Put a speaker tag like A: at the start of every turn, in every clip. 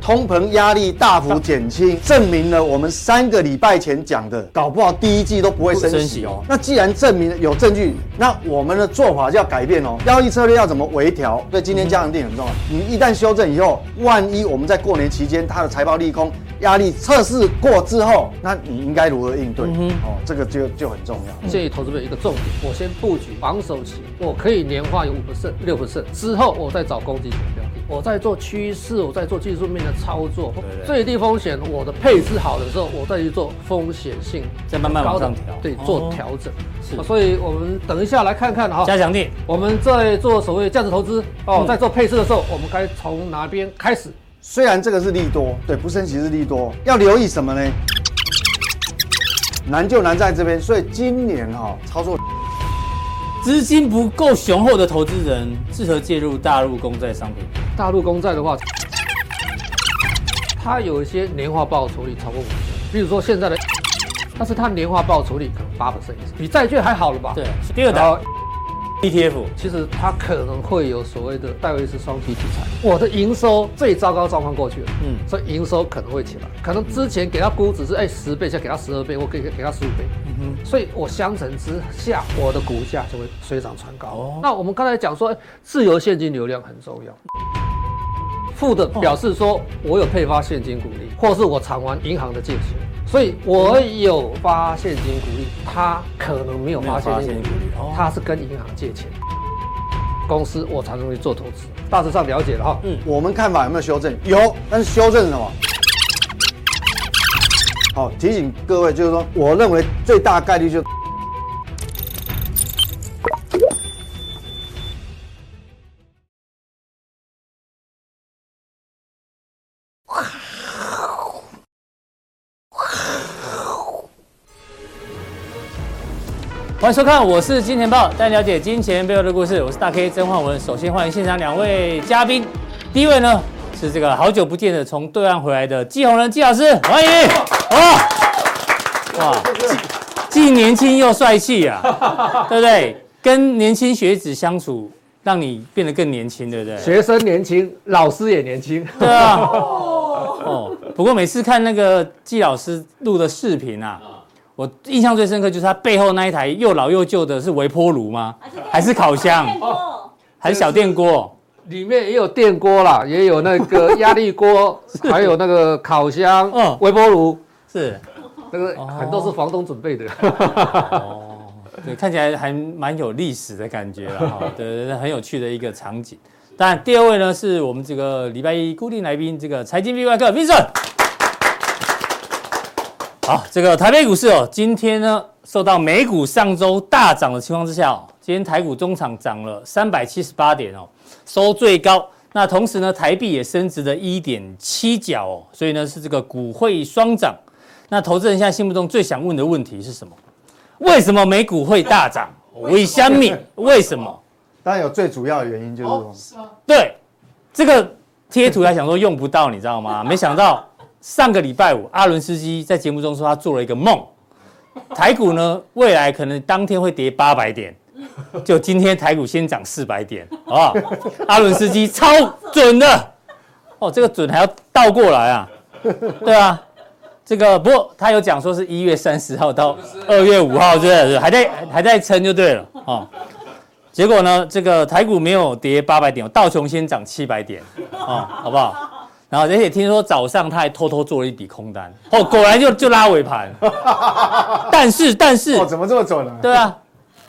A: 通膨压力大幅减轻，证明了我们三个礼拜前讲的，搞不好第一季都不会升
B: 不升
A: 息
B: 息
A: 哦
B: 哦。
A: 那既然证明了有证据，那我们的做法就要改变哦。交易策略要怎么微调？对，今天加强定很重
B: 嗯
A: 要。你一旦修正以后，万一我们在过年期间它的财报利空压力测试过之后，那你应该如何应
B: 嗯
A: 对？哦，这个就就很重要。
C: 建议投资者一个重点，我先布局防守期，我可以年化有五 percent、六 percent，之后我再找攻击型的标的，我在做趋势，我在做技术面的操作，
B: 对对
C: 最低风险，我的配置好的时候，我再去做风险性
B: 再慢慢往
C: 高的
B: 上调
C: 对，
B: 哦
C: 做调整。
B: 是
C: 啊所以我们等一下来看看哈，
B: 加强力，
C: 我们在做所谓价值投资哦
B: 嗯，
C: 在做配置的时候，我们该从哪边开始？
A: 虽然这个是利多，对，不升息是利多，要留意什么呢？难就难在这边，所以今年哈、操作
B: 资金不够雄厚的投资人适合介入大陆公债商品。
C: 大陆公债的话，它有一些年化报酬率超过五比如说现在的，但是它年化报酬率可能八 percent 以上，比债券还好了吧？
B: 对，，第二
C: 然后
B: 档 ETF，
C: 其实它可能会有所谓的戴维斯双体题材。我的营收最糟糕状况过去了，嗯，
B: 嗯
C: 所以营收可能会起来，可能之前给它估值是哎十倍，现在给它十二倍，我给给它十五倍，
B: 嗯
C: 所以我相乘之下，我的股价就会水涨船高。
B: 哦
C: 那我们刚才讲说，哎自由现金流量很重要。负的表示说我有配发现金股利，或是我偿还银行的借钱，所以我有发现金股利，他可能没有发现金股
B: 没有发现金
C: 利
B: 股利哦，
C: 他是跟银行借钱。公司我才容易做投资，大致上了解了哈。
B: 嗯
A: 我们看法有没有修正？有，但是修正什么？好，提醒各位，就是说，我认为最大概率就
B: 哼，欢迎收看，我是金钱豹，带你了解金钱背后的故事。我是大 K 曾焕文。首先欢迎现场两位嘉宾，第一位呢是这个好久不见的从对岸回来的季红人季老师，欢迎。哇哇，既既年轻又帅气啊，对不对？跟年轻学子相处，让你变得更年轻，对不对？
C: 学生年轻，老师也年轻，
B: 对啊。哦，不过每次看那个季老师录的视频啊，我印象最深刻就是他背后那一台又老又旧的是微波炉吗？还是烤箱？
D: 哦，
B: 还是小电锅？
C: 里面也有电锅啦，也有那个压力 锅，还有那个烤箱、
B: 嗯哦
C: 微波炉，
B: 是，
C: 那个很多是房东准备的。
B: 对，看起来还蛮有历史的感觉了哈。对对对，很有趣的一个场景。当然，第二位呢是我们这个礼拜一固定来宾，这个财经 V 外客 Vincent。好，这个台北股市哦，今天呢受到美股上周大涨的情况之下哦，今天台股中场涨了三百七十八点哦，收最高。那同时呢，台币也升值了一点七角哦，所以呢是这个股汇双涨。那投资人现在心目中最想问的问题是什么？为什么美股会大涨？为什么？为什么？
A: 当然有最主要的原因就是说，
B: 对，这个贴图还想说用不到，你知道吗？没想到上个礼拜五，阿伦斯基在节目中说他做了一个梦，台股呢未来可能当天会跌八百点，就今天台股先涨四百点，好不好？阿伦斯基超准的，哦，这个准还要倒过来啊，对啊。这个不过他有讲说是一月三十号到二月五号，对不对？还在还在撑就对了哦。结果呢，这个台股没有跌八百点，道琼先涨七百点，哦，好不好？然后而且听说早上他还偷偷做了一笔空单，哦，果然就就拉尾盘。但是但 是
A: 哦，，怎么这么准呢、啊？
B: 对啊，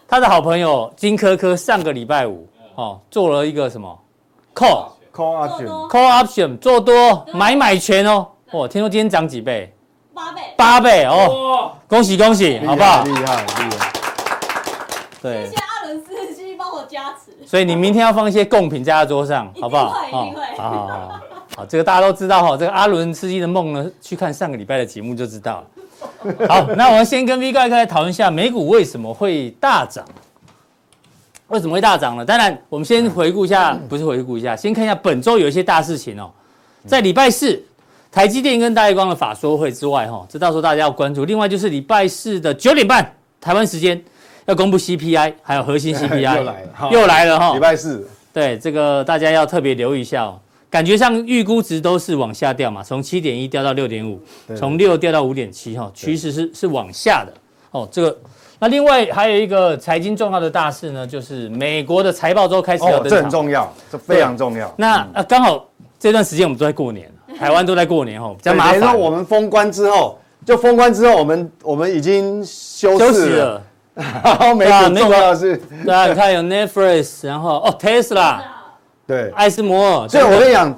B: 他的好朋友金科科上个礼拜五哦做了一个什么 call
A: ，call 阿
D: 做
A: 俊，
D: 多
B: call option 做多
D: 对
B: 买买权哦，哦，听说今天涨几倍？
D: 八倍，
B: 八倍哦，恭喜恭喜，
A: 厉害
B: 好不好
A: 厉？害厉害！
B: 对
D: 谢，谢阿伦司机帮我加持。
B: 所以你明天要放一些贡品在他桌上，好不好？哦
D: 一定会一定会
B: 好好好好，好，这个大家都知道哈、这个阿伦司机的梦呢，去看上个礼拜的节目就知道了。 好，那我们先跟 V 怪哥来讨论一下美股为什么会大涨。为什么会大涨呢？当然，我们先回顾一下，不是回顾一下，先看一下本周有一些大事情哦。在礼拜四，台积电跟大力光的法说会之外，哈，这到时候大家要关注。另外就是礼拜四的九点半台湾时间要公布 CPI，还有核心 CPI，
A: 又来了哈
B: 又来了哈。
A: 礼拜四
B: 对，这个大家要特别留意一下哦。感觉上预估值都是往下掉嘛，从七点一掉到六点五，
A: 对
B: 从六掉到五点七哈，趋势是是往下的哦。这个，那另外还有一个财经重要的大事呢，就是美国的财报周开始
A: 哦，
B: 要登
A: 这
B: 场，
A: 很重要，这非常重要。
B: 那呃刚好这段时间我们都在过年，台湾都在过年哦，比较
A: 对
B: 麻
A: 等于说
B: 烦。
A: 我们封关之后，就封关之后，我们我们已经休
B: 休
A: 市
B: 息
A: 了。
B: 了，
A: 然后美
B: 对啊
A: 股
B: 美股
A: 重要的是，
B: 对啊，你看有 Netflix，然后哦 Tesla、
A: 对，
B: 艾斯摩尔，
A: 所以我跟你讲，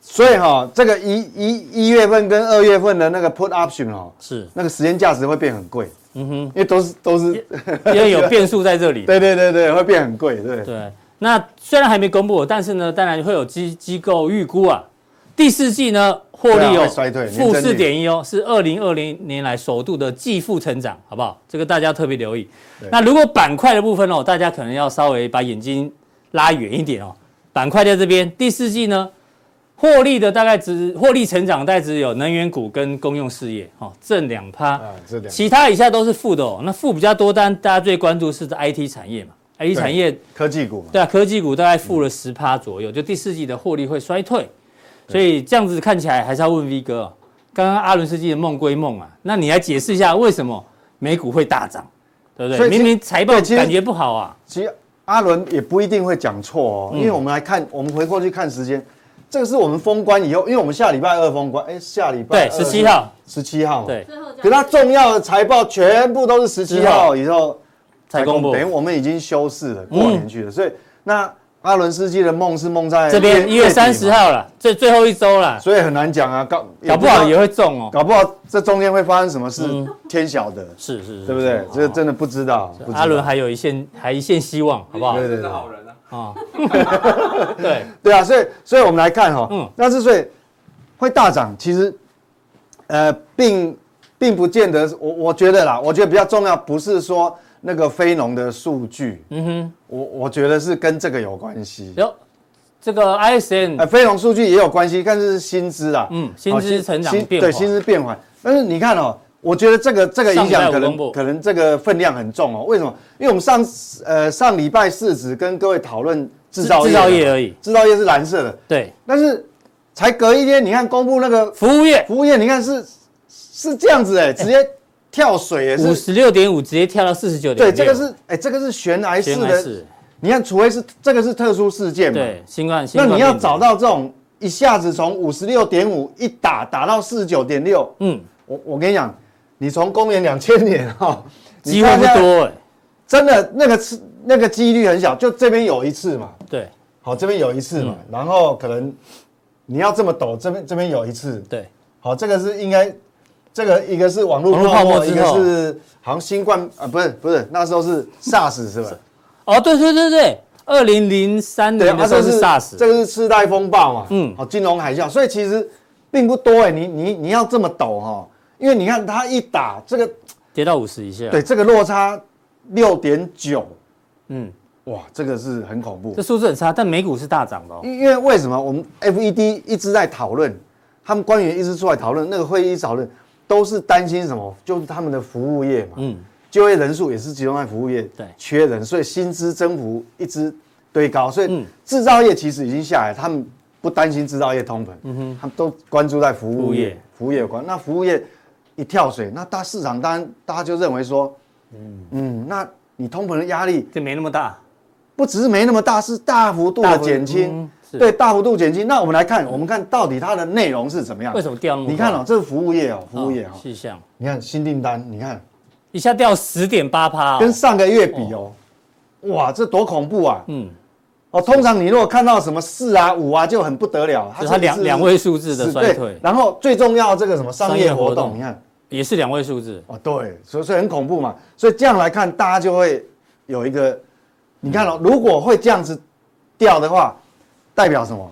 A: 所以哈、这个一一一月份跟二月份的那个 put option 哦，
B: 是，
A: 那个时间价值会变很贵，
B: 嗯哼
A: 因，为都是都是，
B: 因为有变数在 这里。
A: 对对对对，会变很贵，对，
B: 对，那虽然还没公布，但是呢，当然会有机机构预估啊，第四季呢获利
A: 对啊
B: 哦
A: 会衰退
B: 负
A: 年
B: 四
A: 增
B: 点一哦，是二零二零年来首度的季负成长，好不好？这个大家特别留意
A: 对。
B: 那如果板块的部分哦，大家可能要稍微把眼睛拉远一点哦，板块在这边，第四季呢。获利的大概只获利成长，大概只有能源股跟公用事业，哦，正两趴。
A: 啊，这两
B: 其他以下都是负的哦。那负比较多，但大家最关注是 IT 产业嘛，IT 产业
A: 科技股嘛，
B: 对啊，科技股大概负了十趴左右，就第四季的获利会衰退，所以这样子看起来还是要问 V 哥、哦，刚刚阿伦斯基的梦归梦啊，那你来解释一下为什么美股会大涨，对不
A: 所
B: 对？
A: 以其
B: 明明财报
A: 对其实
B: 感觉不好啊，
A: 其实阿伦也不一定会讲错哦，
B: 嗯
A: 因为我们来看，我们回过去看时间，这个是我们封关以后，因为我们下礼拜二封关，哎，下礼拜
B: 对，十七号，
A: 十七号，
B: 对，
D: 最后这样
A: 啊可它重要的财报全部都是十七号以后
B: 才公布嗯
A: 等于我们已经休市了，过年去了，所以那阿伦斯基的梦是梦在
B: 这边一月
A: 底嘛
B: 三十，号了，最最后一周了，
A: 所以很难讲啊，搞
B: 搞不好也，嗯会中哦，
A: 搞不好这中间会发生什么事，天晓得，
B: 是是是，
A: 对不对
B: 是？
A: 这个真的不知道，不知道
B: 阿伦还有一线还一线希望，好不好？
A: 对对
E: 是
A: 对
E: 好人啊，
B: 啊，对，
A: 对啊，所以所以我们来看哈、
B: 嗯
A: 那之所以会大涨，其实呃，并并不见得是，我我觉得啦，我觉得比较重要不是说那个非农的数据，
B: 嗯哼，
A: 我我觉得是跟这个有关系。
B: 有这个 ISN
A: 呃，非农数据也有关系，但是是薪资啊，
B: 嗯薪资
A: 哦薪
B: 成长
A: 薪
B: 变
A: 对
B: 化
A: 薪资变缓。但是你看哦，我觉得这个这个影
B: 上礼拜
A: 响
B: 五
A: 可
B: 公布
A: 能可能这个分量很重哦。为什么？因为我们上呃上礼拜四只跟各位讨论制造业，
B: 制造业而已，
A: 制造业是蓝色的，
B: 对，
A: 但是才隔一天，你看公布那个
B: 服务业
A: 服务业，你看是是这样子哎、直接跳水哎、
B: 五
A: 是，
B: 十六点五直接跳到四十九点
A: 对，这个是哎、这个是悬崖式
B: 悬崖
A: 的，
B: 式，
A: 你看，除非是这个是特殊事件嘛，
B: 对，新冠，新
A: 那
B: 冠
A: 你要
B: 病毒
A: 找，到这种一下子从五十六点五一打打到四十九点六，
B: 嗯，
A: 我我跟你讲，你从公元两千年哈、哦，你
B: 机会
A: 看
B: 不
A: 一下，
B: 多哎，
A: 真的那个次那个几率很小，就这边有一次嘛，
B: 对
A: 好，这边有一次
B: 嗯
A: 嘛，然后可能你要这么抖，这边这边有一次，
B: 对，
A: 好，这个是应该，这个一个是网络
B: 网络泡沫
A: 一
B: 之
A: 个
B: 后
A: 是好像新冠啊，不是不是，那时候是 SARS 是吧？
B: 哦，对对对对，二零零三
A: 对，
B: 年
A: 啊，
B: 的时候
A: 这
B: 是
A: 是
B: SARS，
A: 这个是次贷风暴嘛，
B: 嗯
A: 嗯，好，金融海啸，所以其实并不多哎，你你你要这么抖哈，因为你看它一打这个，
B: 跌到五十以下，
A: 对，，这个落差六点九，
B: 嗯，
A: 哇，这个是很恐怖
B: 这，数字很差，但美股是大涨的哦，
A: 因因为为什么我们 FED 一直在讨论，他们官员一直出来讨论，那个会议一直讨论，都是担心什么？就是他们的服务业嘛，
B: 嗯，
A: 就业人数也是集中在服务业，
B: 对
A: 缺人，所以薪资增幅一直堆高，所
B: 嗯
A: 以制造业其实已经下来，他们不担心制造业通膨，嗯哼，他们都关注在服
B: 服务
A: 务
B: 业
A: 业，服务业有关。那服务业一跳水，那大市场当然大家就认为说，嗯那你通膨的压力
B: 这没那么大，
A: 不只是没那么大，是大幅度
B: 大
A: 的
B: 幅
A: 减轻
B: 嗯，是
A: 对，大幅度减轻。那我们来看，我们看到底它的内容是怎么样？
B: 为什么掉那么快啊
A: 你看哦，这是服务业哦，服务业哦，
B: 细项
A: 你看新订单，你看
B: 一下掉十点八趴，哦
A: 跟上个月比哦，哇，这多恐怖啊！
B: 嗯，
A: 哦，通常你如果看到什么四啊、五啊，就很不得了，
B: 就是它
A: 甚
B: 两
A: 至是
B: 两位数字的
A: 是
B: 衰
A: 对
B: 退，
A: 然后最重要这个什么商业活
B: 商业活
A: 动，
B: 动
A: 你看，
B: 也是两位数字，
A: 哦，对，所以所以很恐怖嘛。所以这样来看，大家就会有一个，你看哦，如果会这样子掉的话，代表什么？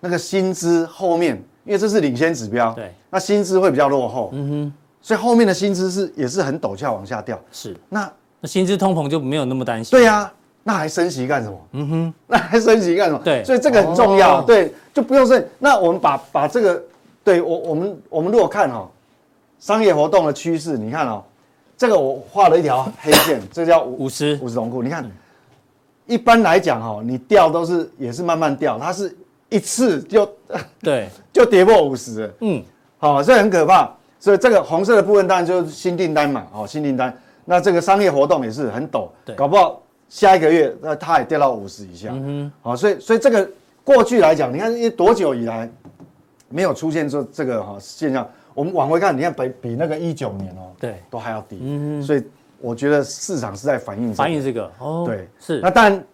A: 那个薪资后面，因为这是领先指标，
B: 对，
A: 那薪资会比较落后，
B: 嗯哼，
A: 所以后面的薪资是也是很陡峭往下掉。
B: 是，
A: 那
B: 那薪资通膨就没有那么担心，
A: 对啊呀、那还升息干什么？
B: 嗯哼，
A: 那还升级干什么？
B: 对
A: 所以这个很重要，
B: 哦
A: 对，就不用升。那我们把把这个，对我我们我们如果看哦，商业活动的趋势，你看哦，这个我画了一条黑 线，这叫五
B: 五十
A: 五十龙库。你看，一般来讲哦，你掉都是也是慢慢掉，它是一次就
B: 对，
A: 就跌破五十，
B: 嗯，
A: 好、这很可怕。所以这个红色的部分当然就是新订单嘛，哦，新订单。那这个商业活动也是很陡
B: 对，
A: 搞不好下一个月那它也掉到五十以下。嗯好、所以所以这个过去来讲，你看因为多久以来没有出现这这个哈、哦现象？我们往回看，你看比比那个一九年哦，
B: 对，
A: 都还要低。嗯所以我觉得市场是在反映这个
B: 反映这个哦，
A: 对
B: 是
A: 那，当然，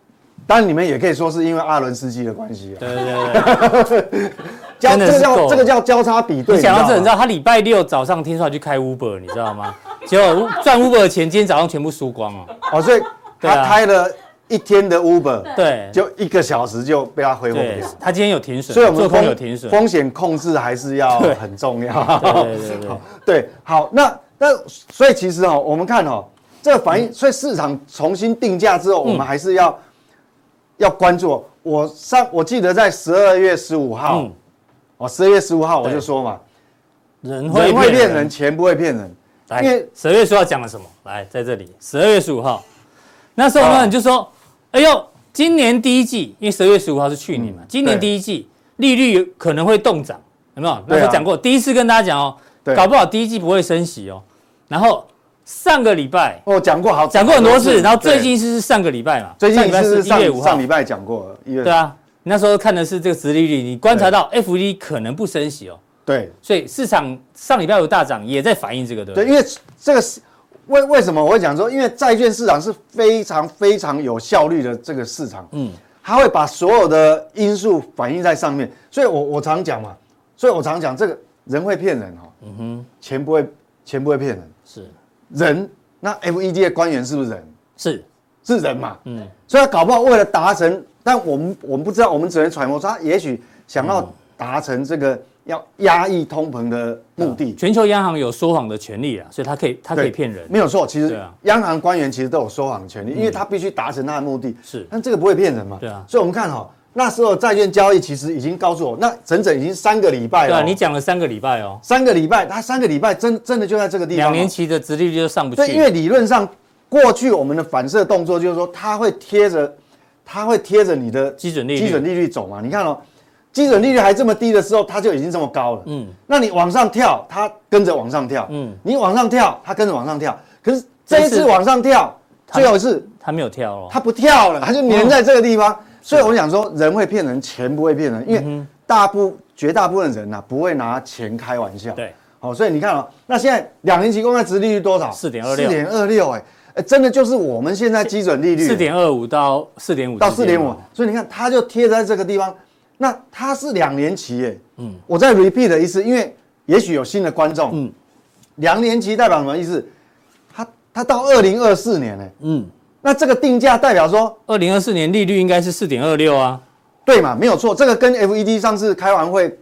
A: 当然你们也可以说是因为阿伦斯基的关系啊。
B: 对对对对。
A: 交
B: 真
A: 这
B: 的是
A: 个
B: 够
A: 叫
B: 了
A: 这个叫交叉比对。
B: 你想到这，你知
A: 道吗
B: 道他礼拜六早上听说他去开 Uber，你知 道吗？结果赚 Uber 的钱今天早上全部输光了。
A: 哦，所以
B: 对啊
A: 他开了一天的 Uber，
B: 对，
A: 就一个小时就被他挥霍
B: 对
A: 掉。，
B: 他今天有停损，
A: 所以我们
B: 做空有
A: 风
B: 停损。
A: 风险控制还是要
B: 对
A: 很重要。
B: 对对对对，
A: 对， 好，那那所以其实哦，我们看哦，这个反
B: 嗯
A: 应，所以市场重新定价之后，我们还是要要关注哦。我上我记得在十二月十五号
B: 嗯，
A: 哦，十二月十五号我
B: 对
A: 就说嘛，
B: 人
A: 人
B: 会
A: 会
B: 骗
A: 骗
B: 人
A: 人，。钱不会骗人。
B: 来
A: 因为，
B: 十二月十号讲了什么？来，在这里，十二月十五号，那时候呢，
A: 哦
B: 你就说，哎呦，今年第一季，因为十二月十五号是去年嘛，今年
A: 嗯对
B: 第一季利率有可能会动涨，有没有？那
A: 对啊
B: 时候讲过，第一次跟大家讲哦，
A: 对
B: 搞不好第一季不会升息哦。然后上个礼拜
A: 我哦讲过好
B: 讲过很多次，然后最
A: 对
B: 近一次是上个礼拜嘛，
A: 最近一
B: 上
A: 次
B: 礼
A: 是
B: 拜是一月
A: 上
B: 五号
A: 上礼，拜讲过了，一月
B: 对啊，你那时候看的是这个殖利率，你观察到 F E 可能不升息哦，
A: 对
B: 所以市场上礼拜有大涨，也在反映这个，对不
A: 对，因为这个是为为什么我会讲说，因为债券市场是非常非常有效率的这个市场，嗯，它会把所有的因素反映在上面，所以我我常讲嘛，所以我常讲这个人会骗人哦，嗯哼，钱不会钱不会骗人，
B: 是
A: 人那 FED 的官员是不是人？
B: 是。
A: 是人嘛，嗯，所以他搞不好为了达成，但我们我们不知道，我们只能揣摩，他也许想要达成这个要压抑通膨的目的，
B: 全球央行有说谎的权利啊，所以他可以他可以骗人。
A: 没有错。其
B: 对
A: 实
B: 啊嗯
A: 央行官员其实都有说谎权利，因为他必须达成他的目的。
B: 是
A: 但这个不会骗人嘛？
B: 对啊
A: 所以我们看哈、那时候债券交易其实已经告诉我，那整整已经三个礼拜
B: 对
A: 了哦、
B: 啊，你讲了三个礼拜哦，
A: 三个礼拜，他三个礼拜真真的就在这个地方哦、
B: 两年期的殖利率就上不去。
A: 对，因为理论上过去我们的反射动作就是说，它会贴着，它会贴着你的
B: 基准利率
A: 基准利率走嘛。你看哦，基准利率还这么低的时候，它就已经这么高了。
B: 嗯
A: 嗯，那你往上跳，它跟着往上跳。
B: 嗯
A: 嗯，你往上跳，它跟着往上跳。可是
B: 这
A: 这
B: 一
A: 一
B: 次
A: 次往上跳，
B: 它
A: 最后一次
B: 他没有跳哦，
A: 它嗯不跳了，它就粘在这个地方。所以我想说，人会骗人，钱不会骗人，因为大部绝大部分人呐、啊不会拿钱开玩笑。
B: 对，
A: 好、所以你看啊、那现在两年期公债值利率多少？
B: 4.26
A: 四点二六，哎，哎，真的就是我们现在基准利率
B: 四点二五到四点五哦
A: 到四点五，所以你看它就贴在这个地方。那它是两年期，哎，嗯，我再 repeat 了一次，因为也许有新的观众，嗯，两年期代表什么意思？它它到二零二四年，哎，
B: 嗯，
A: 那这个定价代表说
B: 二零二四年利率应该是四点二六啊，
A: 对嘛，没有错，这个跟 FED 上次开完会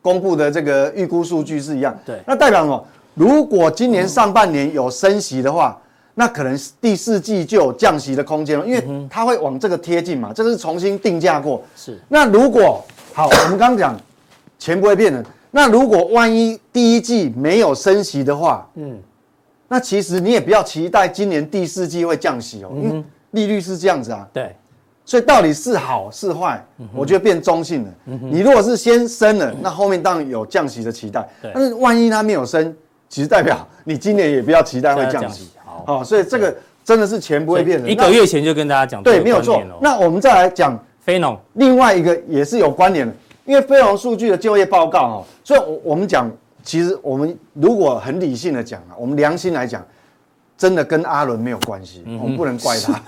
A: 公布的这个预估数据是一样。
B: 对
A: 那代表什么？如果今年上半年有升息的话，那可能第四季就有降息的空间了，因为它会往这个贴近嘛，这是重新定价过。
B: 是
A: 那如果好，我们刚刚讲钱不会骗人，那如果万一第一季没有升息的话，嗯，那其实你也不要期待今年第四季会降息
B: 嗯
A: 哦，因为利率是这样子啊，
B: 对，
A: 所以到底是好是坏，
B: 嗯
A: 我觉得变中性了。你如果是先升了，那后面当然有降息的期待
B: 对。
A: 但是万一它没有升，其实代表你今年也不要期待会
B: 大家
A: 降
B: 降
A: 息
B: 息。好
A: 哦，所以这个真的是钱不会变
B: 所
A: 的。
B: 以一
A: 那
B: 个月前就跟大家讲
A: 对，
B: 这个
A: 没有
B: 观
A: 错
B: 念哦。
A: 那我们再来讲
B: 非农
A: 另外一个也是有关联的，因为非农数据的就业报告哦，所以我我们讲，其实我们如果很理性的讲啊，我们良心来讲，真的跟阿伦没有关系，我们不能怪他。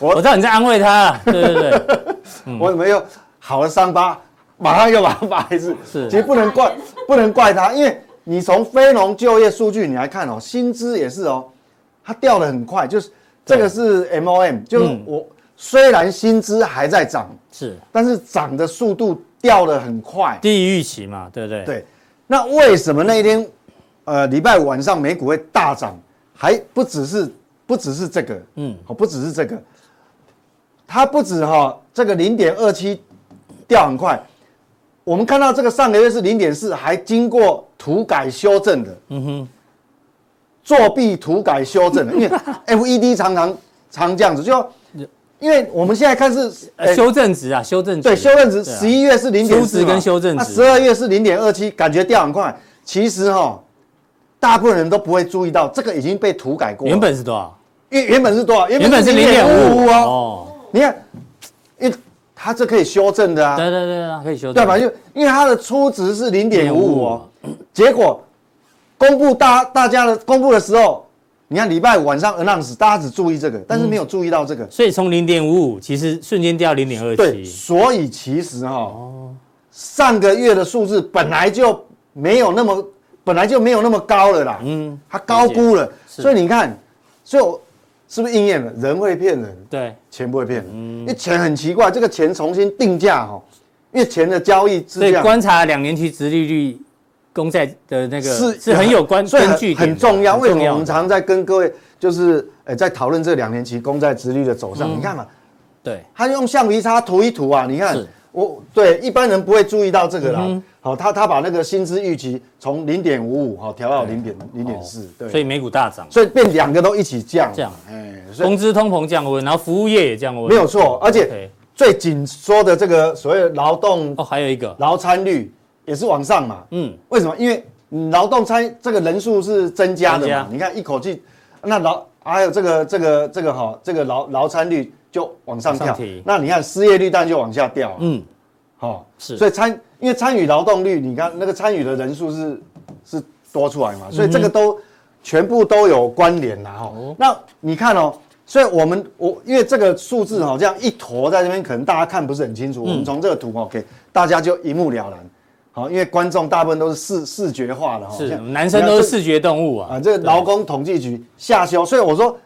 B: 我知道你在安慰 他啦，对对对，
A: 我有没有好的伤疤，马上又把它拔一次。
B: 是
A: 其实不能怪不能怪他，因为你从非农就业数据你来看哦，薪资也是哦，它掉的很快，就是这个是 M O M，就是我、虽然薪资还在涨，
B: 是
A: 但是涨的速度掉的很快。
B: 低于预期嘛，对不对？，
A: 对，那为什么那一天，呃，礼拜五晚上美股会大涨？还不只是不只是这个，
B: 嗯
A: 嗯，哦，不只是这个，它不止哈、这个零点二七掉很快。我们看到这个上个月是零点四，还经过涂改修正的，嗯哼， E 作弊涂改修正的，因为 FED 常常常这样子，就因为我们现在看是
B: 呃，
A: 呃
B: 修正值啊，修正值
A: 对修正值
B: 对啊
A: 十一月是零点
B: 初值
A: 四
B: 跟修正值
A: 那十二月是零点二七，感觉掉很快。其实哈，大部分人都不会注意到，这个已经被涂改过了。
B: 原本是多少？
A: 原原本是多少？原
B: 原本是零点五
A: 0.55
B: 五
A: 哦。
B: 哦，
A: 你看，因为它这可以修正的啊。
B: 对对对对啊，可以修正
A: 对吧？就因为它的初值是零点五五哦，结果公布大大家的公布的时候，你看礼拜五晚上 announce，大家只注意这个，但是没
B: 嗯
A: 有注意到这个。
B: 所以从零点五五其实瞬间掉零点二
A: 对，
B: 七，
A: 所以其实哈、
B: 哦
A: 上个月的数字本来就没有那么本来就没有那么高了啦，
B: 嗯，
A: 它高估了，
B: 是
A: 所以你看，所以我是不是应验了？人会骗人，
B: 对，
A: 钱不会骗人，
B: 嗯
A: 因为钱很奇怪，这个钱重新定价哈、因为钱的交易质
B: 所以
A: 量。
B: 观察两年期殖利率公债的那个
A: 是啊
B: 是很有关
A: 所以
B: 根
A: 很
B: 据点的
A: 很重要。
B: 很
A: 为什么我们
B: 的
A: 常在跟各位就是呃在讨论这两年期公债殖利率的走
B: 嗯
A: 向？你看嘛，
B: 对
A: 他用橡皮擦涂一涂啊，你看
B: 是嗯
A: 我对一般人不会注意到这个啦。好，他他把那个薪资预期从零点五五好调到零点零点四，对，
B: 哦所以美股大涨，
A: 所以变两个都一起降，
B: 降
A: 哎，所以
B: 工资通膨降温，然后服务业也降温，
A: 没有错，而且
B: OK
A: 最紧缩的这个所谓的劳动
B: 哦，还有一个，
A: 劳参率也是往上嘛，
B: 嗯，
A: 为什么？因为你劳动参这个人数是增加的
B: 增
A: 嘛
B: 加，
A: 你看一口气，那劳还有这个这个这个哈，这个劳劳参率就往上
B: 往
A: 跳
B: 上提，
A: 那你看失业率当然就往下掉，嗯，
B: 嗯，
A: 好，
B: 是
A: 所以参因为参与劳动率，你看那个参与的人数是是多出来嘛，所以
B: 嗯
A: 这个都全部都有关联啦哈。那你看哦。所以，我们我因为这个数字哦哈、这样一坨在这边，可能大家看不是很清楚。
B: 嗯
A: 我们从这个图哦，给大家就一目了然。好，因为观众大部分都是视视觉化的哈，
B: 是
A: 像
B: 男生都是
A: 你看
B: 视觉动物
A: 这啊，
B: 啊，
A: 这个劳工统计局下修，所以我说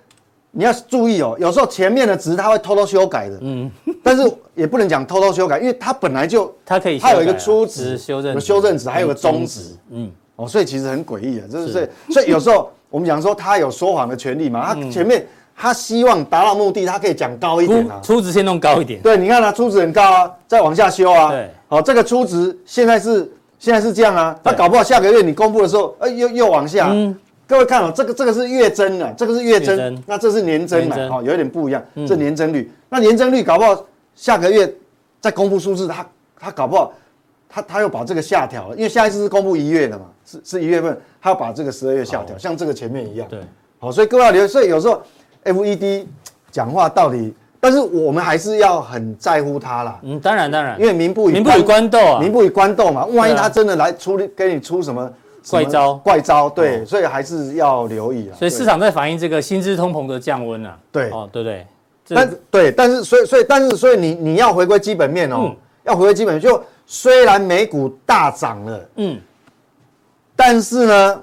A: 你要注意哦，有时候前面的值他会偷偷修改的，嗯，但是也不能讲偷偷修改，因为它本来就
B: 它可以
A: 它有一
B: 修改
A: 个
B: 啊
A: 初
B: 只
A: 值
B: 是修正
A: 有
B: 值
A: 修正值，还有个终
B: 中
A: 值
B: 值，嗯，
A: 哦，所以其实很诡异啊，就是 所以所以有时候我们讲说他有说谎的权利嘛，
B: 嗯
A: 他前面他希望达到目的，他可以讲高一点啊
B: 初，初值先弄高一点，
A: 对，你看它、啊、初值很高啊，再往下修啊。
B: 对
A: 好、这个初值现在是现在是这样啊，那
B: 对嗯
A: 搞不好下个月你公布的时候，呃，又又往下。各位看哦，这个这个是月增啊，这个是月增，
B: 月增
A: 那这是年增嘛哦
B: 年，增嗯
A: 好、有一点不一样，这年增率。那年增率搞不好下个月再公布数字，它它搞不好。它它又把这个下调了，因为下一次是公布一月的嘛，是是一月份，它要把这个十二月下调，像这个前面一样。
B: 对，
A: 好，所以各位要留意，所以有时候 FED 讲话到底，但是我们还是要很在乎它啦，
B: 嗯，当然当然，
A: 因为民不与
B: 民不与官斗啊
A: 民不与官斗嘛，万一
B: 对啊
A: 他真的来出给你出什么
B: 啊怪招哦
A: 什么怪招，对，所以还是要留意啦。啊
B: 所以
A: 对
B: 市场在反映这个薪资通膨的降温啊，
A: 对
B: 哦，对不对？
A: 但
B: 这
A: 对，但是所以所以但是所以你你要回归基本面哦，
B: 嗯
A: 要回归基本面，就虽然美股大涨了，
B: 嗯，
A: 但是呢，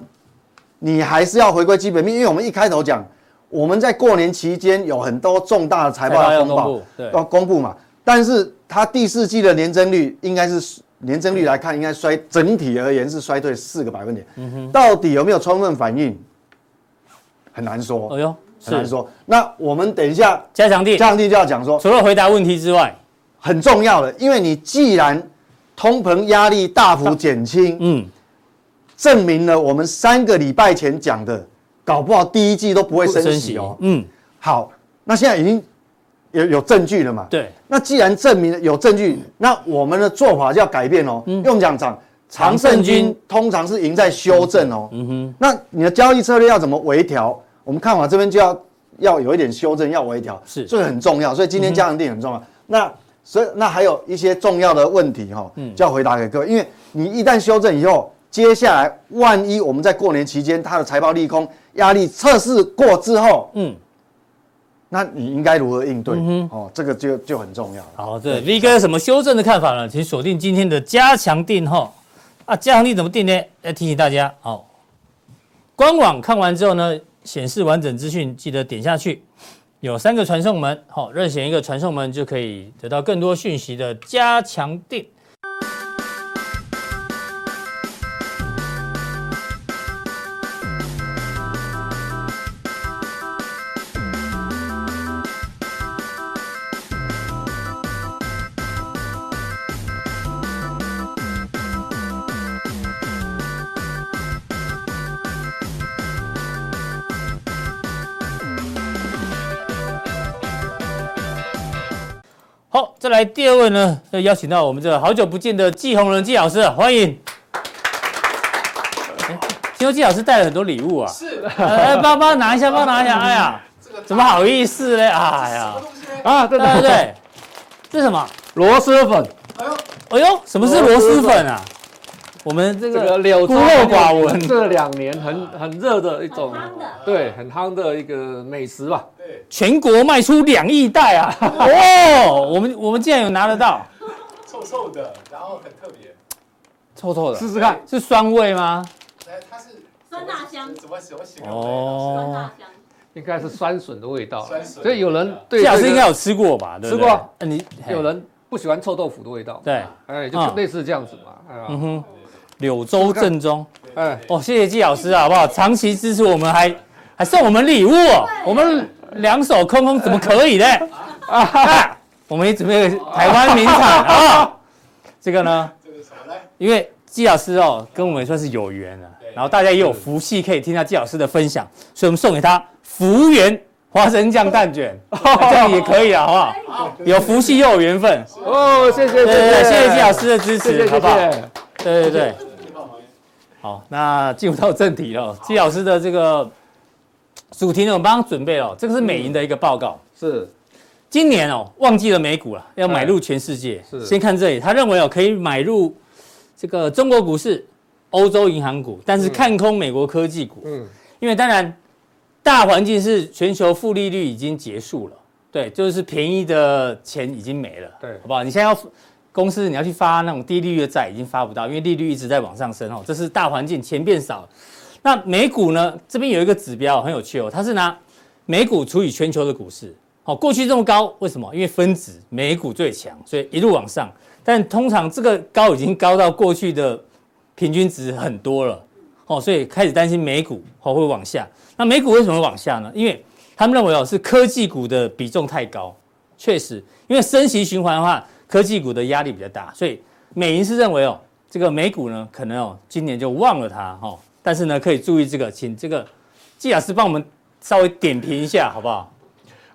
A: 你还是要回归基本面，因为我们一开头讲，我们在过年期间有很多重大的财报
B: 财报
A: 要
B: 要
A: 公报，
B: 公布对
A: 要公布嘛。但是它第四季的年增率应该是年增率来看，应该衰整体而言是衰退四个百分点。
B: 嗯
A: 到底有没有充分反应，很难说，
B: 哎呦，
A: 很难
B: 是
A: 说。那我们等一下，
B: 加强地，
A: 嘉义就要讲说
B: 除了回答问题之外，
A: 很重要的，因为你既然通膨压力大幅减轻，
B: 嗯，
A: 证明了我们三个礼拜前讲的，搞不好第一季都不会升息哦。
B: 嗯，
A: 好，那现在已经有有证据了嘛？。
B: 对，
A: 那既然证明了有证据，那我们的做法就要改变哦。因为我们讲涨长胜军通常是赢在修正哦。嗯哼。那你的交易策略要怎么微调？我们看法这边就要要有一点修正，要微调，
B: 是
A: 这个很重要。所以今天加强定很重要。那所以那还有一些重要的问题哈、哦，就要回答给各位，因为你一旦修正以后。接下来，万一我们在过年期间它的财报利空压力测试过之后，
B: 嗯，
A: 那你应该如何应对？哦，这个就就很重要了。
B: 好，对，V 哥有什么修正的看法呢？请锁定今天的加强定哈。啊，加强定怎么定呢？要提醒大家哦，官网看完之后呢，显示完整资讯，记得点下去，有三个传送门，好、任选一个传送门就可以得到更多讯息的加强定。再来第二位呢，要邀请到我们这个好久不见的季红人季老师，欢迎。哎听说季老师带了很多礼物啊，
E: 是
B: 哎，帮帮我拿一下，帮我拿一下，哎呀，
E: 这个
B: 怎么好意思嘞？哎
E: 什么
B: 呀，
E: 东西呢？
C: 啊，对
B: 对
C: 对
B: 对
C: 对，
B: 对，这是什么？
C: 螺蛳粉，
E: 哎呦，
B: 哎呦，什么是螺蛳粉啊？我们这
C: 这个
B: 个
C: 柳
B: 孤
C: 州
B: 陋寡闻啊
C: 这两年很很热的一种
D: 很夯的，
C: 对，很夯的一个美食吧。
E: 对，
B: 全国卖出两亿袋啊！ 哦，我们我们竟然有拿得到，
E: 臭臭的，然后很特别。
B: 臭臭的，
C: 试试看，
B: 是酸味吗？
E: 来，哎它是
D: 酸辣香
E: 怎么怎么形容的？
B: 哦
E: 哦，
D: 酸辣香，
C: 应该是酸笋的味道。
E: 酸笋
C: 所以有人对
B: 季老师
C: 这个
B: 应该有吃过吧？对不对
C: 吃过，
B: 呃你
C: 有人不喜欢臭豆腐的味道。
B: 对，
C: 哎，就
B: 嗯
C: 类似这样子嘛。哎呀
B: 嗯哼，柳州正宗
C: 哎，
B: 哦，谢谢季老师好不好？长期支持我们还，还送我们礼物哦，我们两手空空怎么 可以呢？啊，我们也准备了台湾 名产啊，这个呢，
E: 这个什么来？
B: 因为季老师哦，跟我们也算是有缘了、
E: 对
B: 然后大家也有福气可以听到季老师的分享，所以我们送给他福源花生酱蛋 卷，这样也可以啊，好不好？
E: 好，
B: 有福气又有缘分，
C: 哦，谢谢，
B: 对对对，谢谢季老，师的支持，
C: 谢谢
B: 好
C: 谢
B: 不好？
C: 谢。
B: 对对对，
E: 你帮忙。
B: 好，那进入到正题了，季老师的这个主题呢，我们帮他准备了，这个是美银的一个报告。
C: 是
B: 今年哦，忘记了美股了，要买入全世界。
C: 是
B: 先看这里，他认为哦可以买入这个中国股市、欧洲银行股，但是看空美国科技股，
C: 嗯，
B: 因为当然大环境是全球负利率已经结束了，对，就是便宜的钱已经没了，
C: 对
B: 好不好？你现在要公司你要去发那种低利率的债，已经发不到，因为利率一直在往上升哦，这是大环境钱变少了。那美股呢？这边有一个指标很有趣哦，它是拿美股除以全球的股市。好，过去这么高，为什么？因为分子美股最强，所以一路往上。但通常这个高已经高到过去的平均值很多了，哦，所以开始担心美股哦会往下。那美股为什么会往下呢？因为他们认为哦是科技股的比重太高，确实，因为升息循环的话，科技股的压力比较大，所以美银是认为哦，这个美股呢可能哦今年就忘了它哦，但是呢可以注意这个，请这个季老师帮我们稍微点评一下好不好？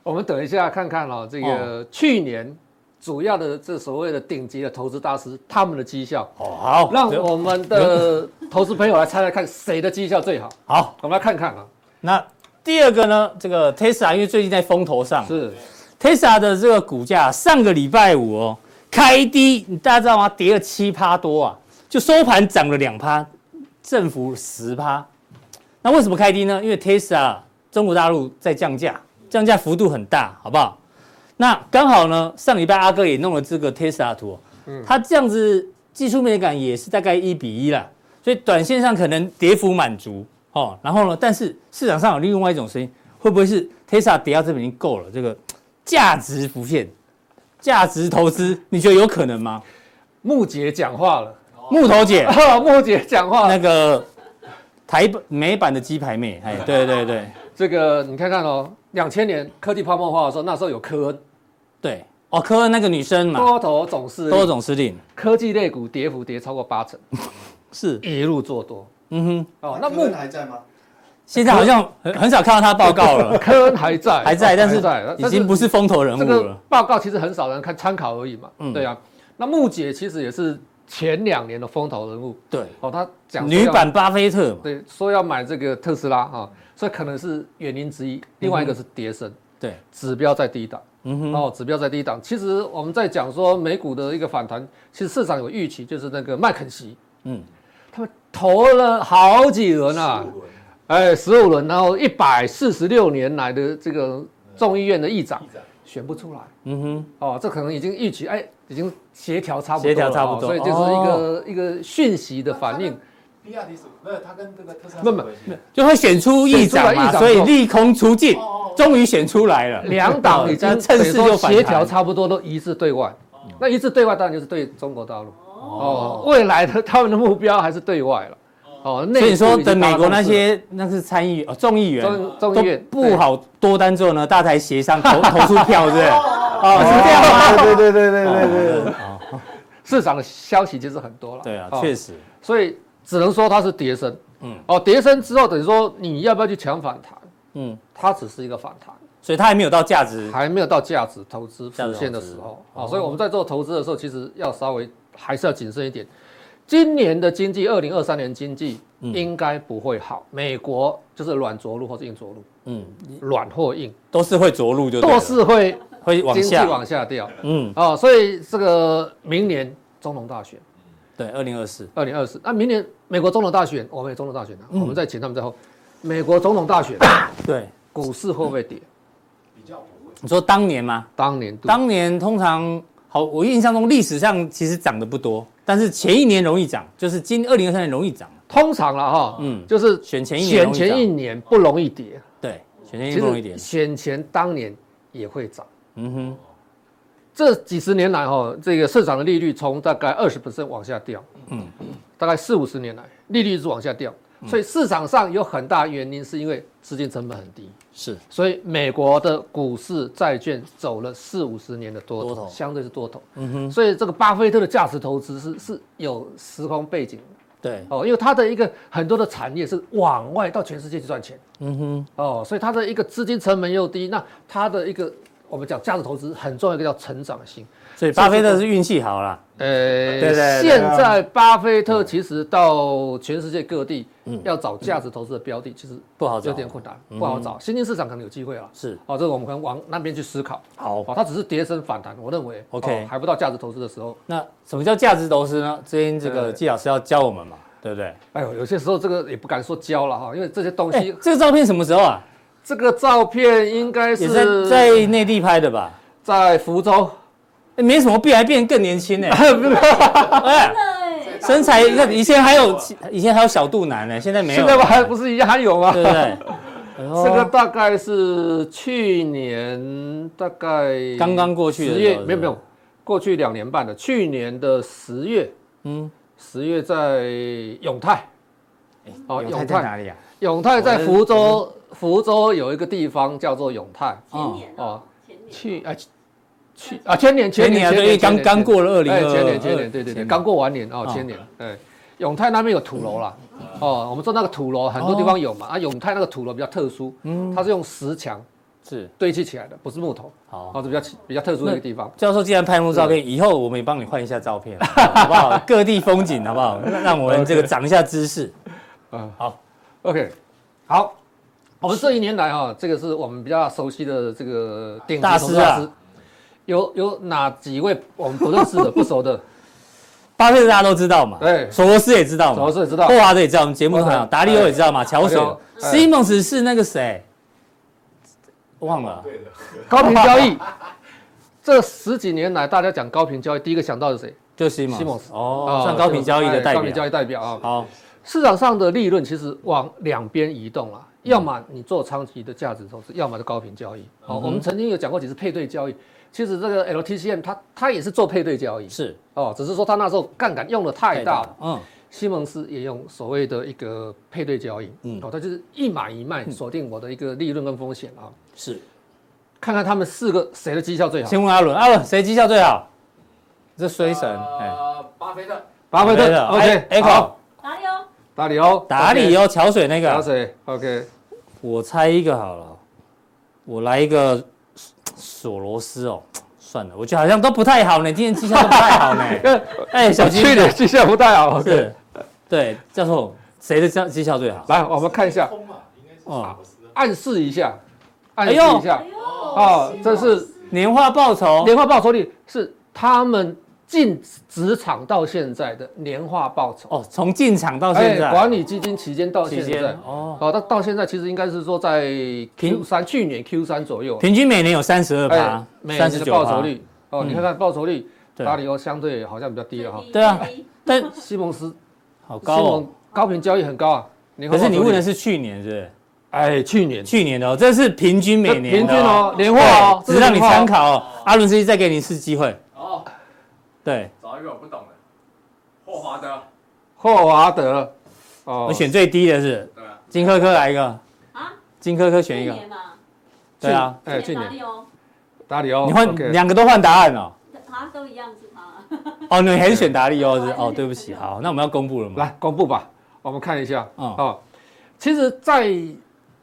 C: 我们等一下看看哦，这个去年主要的这所谓的顶级的投资大师他们的绩效，
B: 哦，好，
C: 让我们的投资朋友来猜猜看谁的绩效最好，
B: 好。
C: 我们来看看啊，
B: 那第二个呢，这个 Tesla 因为最近在风头上，
C: 是
B: Tesla 的这个股价上个礼拜五哦开低，你大家知道吗？跌了七趴多啊，就收盘涨了两趴，振幅十趴。那为什么开低呢？因为 Tesla 中国大陆在降价，降价幅度很大，好不好？那刚好呢，上礼拜阿哥也弄了这个 Tesla 图哦、它这样子技术面感也是大概一比一啦，所以短线上可能跌幅满足哦。然后呢，但是市场上有另外一种声音，会不会是 Tesla 跌到这边已经够了？这个价值浮现，价值投资，你觉得有可能吗？
C: 木姐讲话 了，哦
B: 木头姐，
C: 木姐讲话
B: 那
C: 了，
B: 个台版美版的鸡排妹，哎，对对对
C: 这个你看看哦，两千年科技泡沫化的时候，那时候有科恩
B: 对，哦，科恩那个女生嘛，
C: 多头总是
B: 多嗯总司令
C: 科技类股跌幅跌超过八成，
B: 是，
C: 一路做多
B: 嗯哼，
C: 哦，那
A: 那木
C: 木
A: 还在吗？
B: 现在好像很很少看到她报告 了，
C: 科恩还在
B: 还在，但是已经不是风头人
C: 这
B: 物
C: 个
B: 了，
C: 报告其实很少人看参考而已嘛。
B: 嗯
C: 对啊，那木姐其实也是前两年的风头人物
B: 对，
C: 哦，她讲说要
B: 女版巴菲特嘛，
C: 对说要买这个特斯拉啊、所以可能是原因之一。另外一个是跌升，
B: 对，
C: 指标在低档。
B: 嗯哼，
C: 哦，指标在低档。其实我们在讲说美股的一个反弹，其实市场有预期，就是那个麦肯锡，
B: 嗯，
C: 他们投了好几轮啊，哎，十五轮，然后一百四十六年来的这个众议院的议长
E: 议长
C: 选不出来。
B: 嗯哼，
C: 哦，这可能已经预期，哎，已经协调差不多
B: 协
C: 了，
B: 调差不
C: 哦
B: 多
C: 所以就是一个、一个讯息的反应。。
E: 比亚迪什么？没有，它跟这个特斯拉
C: 不不
E: 有关系
B: 就会选出议长
C: 选出来
B: 嘛，
C: 议长
B: 所以利空出尽
E: 哦哦，
B: 终于选出来了，
C: 两党已
B: 哦
C: 经
B: 趁
C: 等于
B: 势就
C: 说
B: 反
C: 协调
B: 弹哦
C: 差不多，都一致对外。那一致对外当然就是对中国大陆。哦，未来的他们的目标还是对外了。哦，内
B: 所以你说
C: 部已经
B: 等美国
C: 达
B: 那
C: 到共识了
B: 些那是参议员、哦、众议员
C: 众
B: 都
C: 众议院
B: 不好多单之后呢，大台协商投 投出票，是不是？哦，是这样吗？
A: 对对对对对对对，
C: 市场的消息其实很多了。
B: 对啊，
C: 哦
B: 确实，
C: 所以只能说它是跌升。
B: 嗯
C: 嗯，哦，跌升之后，等于说你要不要去抢反弹？
B: 嗯
C: 它只是一个反弹。
B: 所以它还没有到价值。
C: 还没有到价值投资
B: 价值
C: 浮现的
B: 投资哦
C: 时候啊，所以我们在做投资的时候，其实要稍微还是要谨慎一点。今年的经济，二零二三年经济
B: 嗯
C: 应该不会好，美国就是软着陆或是硬着陆，
B: 嗯，
C: 软或硬
B: 都是会着陆就对了
C: 都是会
B: 会往
C: 经济
B: 下。
C: 往下掉
B: 嗯，
C: 啊，所以这个明年中农大选，
B: 对，二零二四。
C: 二零二四，那啊明年美国总统大选，我们也总统大选啊，
B: 嗯
C: 我们在前，他们在后，美国总统大 选，
B: 对，
C: 股市会不会跌？
E: 比较不会。
B: 你说当年吗？
C: 当年度
B: 当年通常好，我印象中历史上其实涨得不多，但是前一年容易涨，就是今二零二三年容易涨。
C: 通常了哈，
B: 嗯
C: 嗯，就是
B: 选前一年
C: 选
B: 容易涨
C: 前一年不容易跌，
B: 对，选前一
C: 其
B: 年容易
C: 实
B: 点。
C: 选前当年也会涨。
B: 嗯哼，
C: 这几十年来哈，这个市场的利率从大概二十往下掉，嗯，大概四五十年来利率一直往下掉，所以市场上有很大原因是因为资金成本很低，
B: 是
C: 所以美国的股市债券走了四五十年的多头，
B: 多头
C: 相对是多头。嗯哼，所以这个巴菲特的价值投资是是有时空背景的
B: 对，
C: 哦，因为他的一个很多的产业是往外到全世界去赚钱
B: 嗯哼，
C: 哦，所以他的一个资金成本又低，那他的一个我们讲价值投资很重要一个叫成长性。
B: 所以巴菲特是运气好啦。
C: 呃，
B: 对对对
C: 现在巴菲特其实到全世界各地要找价值投资的标的，其实
B: 不好嗯找嗯
C: 有点困难，不好找。新兴市场可能有机会啊，
B: 是
C: 哦，这个我们可能往那边去思考。
B: 好
C: 哦，它只是跌升反弹，我认为
B: OK
C: 哦还不到价值投资的时候。
B: 那什么叫价值投资呢？今天这
C: 对
B: 个季老师要教我们嘛，对不对？
C: 哎呦，有些时候这个也不敢说交了哈，因为这些东
B: 哎
C: 西，，
B: 这个照片什么时候啊？
C: 这个照片应该
B: 也在
C: 是
B: 在内地拍的吧？
C: 在福州，
B: 哎没什么变，还变得更年轻呢。 哎
D: 真，的哎，
B: 身材，那以前还有以前还有小肚腩呢，现在没
C: 现
B: 有。
C: 在还不是一样还有吗？
B: 对不对？
C: 这个大概是去年大概
B: 刚刚过去的
C: 十
B: 时候
C: 月
B: 是，吧
C: 没有没有，过去两年半的，去年的十月，
B: 嗯
C: 嗯，十月在永泰，哦，
B: 有
C: 永
B: 在
C: 泰，
B: 哪里啊？
C: 永泰在福州，福州有一个地方叫做永泰，
D: 前年
C: 哦
D: 哦，前年
C: 去啊去啊，前年
B: 前年啊
C: 前
B: 对
C: 年
B: 刚
C: 前年
B: 刚过了
C: 哎前
B: 2022
C: 年前年对对
B: 前
C: 对，
B: 年
C: 刚过完年哦
B: 哦，
C: 前年对。永泰那边有土楼啦，
B: 嗯
C: 哦，我们说那个土楼很多地方有嘛，啊，永泰那个土楼比较特殊，
B: 嗯
C: 它是用石墙
B: 是
C: 堆砌起来的，不是木头，
B: 好
C: 哦，。这比较比较特殊的一个地方。
B: 教授既然拍那么多照片，以后我们也帮你换一下照片， 好不好？各地风景好不好？让我们这个长一下知识。
C: OK，好，我们这一年来啊，这个是我们比较熟悉的这个顶级
B: 大
C: 投
B: 师
C: 资
B: 啊
C: 大师，有有哪几位我们不认识 的、不熟的？哎
B: 巴菲特大家都知道嘛，
C: 对
B: 索罗斯也知道嘛，
C: 索罗斯也知道
B: 霍华德也知道，我们节目上有
C: 霍华德
B: 达利欧也知道嘛，桥水
C: 达利欧哎
B: 西蒙斯是那个谁，忘了，
E: 对了，
C: 哎高 频交易，这十几年来大家讲高频交易，第一个想到是谁？
B: 就西蒙
C: 西蒙斯
B: 哦，算高频交易的代
C: 哎高频交
B: 表。
C: 易代表啊。
B: 好，
C: 市场上的利润其实往两边移动了，
B: 嗯
C: 要么你做长期的价值投资，要么是高频交易。好、
B: 嗯
C: 我们曾经有讲过几次配对交易，其实这个 LTCM 它它也是做配对交易
B: 是
C: 哦，只是说它那时候杠杆用的太大了。
B: 嗯，
C: 西蒙斯也用所谓的一个配对交易，嗯，哦，它就是一买一
B: 嗯
C: 卖锁定我的一个利润跟风险啊，
B: 是。
C: 看看他们四个谁的绩效最好。
B: 先问阿伦，阿伦谁绩效最好？这衰神，哎，
E: 呃，巴菲特，
C: 巴菲特
B: 对的哎
C: ，OK，
B: ，Echo
C: 好，
D: 哪里哦？
C: 打理哦，
B: 打理哦，桥水那
C: OK，打
B: 个，
C: 水，OK，
B: 我猜一个好了，我来一个索罗斯哦，算了，我觉得好像都不太好呢，今天绩效都不太 好呢。哎，小鸡
C: 去年绩效不太好，OK。
B: 是，对，教授谁的绩绩效最好？
C: 来，我们看一下，
E: 空嘛，应该是
B: 哦
E: 查不斯啊。
C: 暗示一下，暗示
B: 哎呦
C: 一下
D: 哎，呦，
C: 哦这是
B: 年化报酬
C: 年化报酬率是他们进职场到现在的年化报酬。哎
B: 哦，从进场到现在，
C: 管理基金期间到
B: 期
C: 现
B: 间
C: 在，
B: 哦，
C: 哦，到到现在其实应该是说在 Q 三去年 Q 三左右，
B: 平均每年有三十二趴，
C: 哎每
B: 三
C: 年
B: 十
C: 的
B: 九
C: 报酬率，哦，
B: 嗯
C: 你看看报酬率，
B: 对
C: 达里欧相对好像比较低了哈。
B: 对啊
D: 最低
B: 但
C: 西蒙斯，
B: 好高
C: 西
B: 哦
C: 蒙。高频交易很高啊，年化
B: 可是你
C: 报酬
B: 问
C: 率
B: 的，是去年是不是？
C: 哎，去年
B: 去年的哦，这是平均每年
C: 平
B: 的
C: 均哦，年化哦
B: 对，只
C: 这
B: 是
C: 是
B: 让你
C: 年化哦
B: 参。考哦。阿伦斯基再给你一次机会，
E: 哦，
B: 对
E: 找一个我不懂的，霍华德，
C: 霍华德，哦啊
B: 我选最低的是
E: 对吧？
B: 金科科来一个，
D: 啊，
B: 金科科
D: 去
B: 选一个，
D: 年哦嘛，
B: 对啊，
C: 哎，去
D: 哪
C: 年
D: 里哦？
C: 达里欧，
B: 你换
C: OK
B: 两个都换答案哦。
D: 啊，都一样是他。
B: 哦，你还是选达利欧是
D: 对
B: 哦，对不起，好，那我们要公布了嘛？
C: 来公布吧，我们看一下哦
B: 嗯
C: 哦。其实，在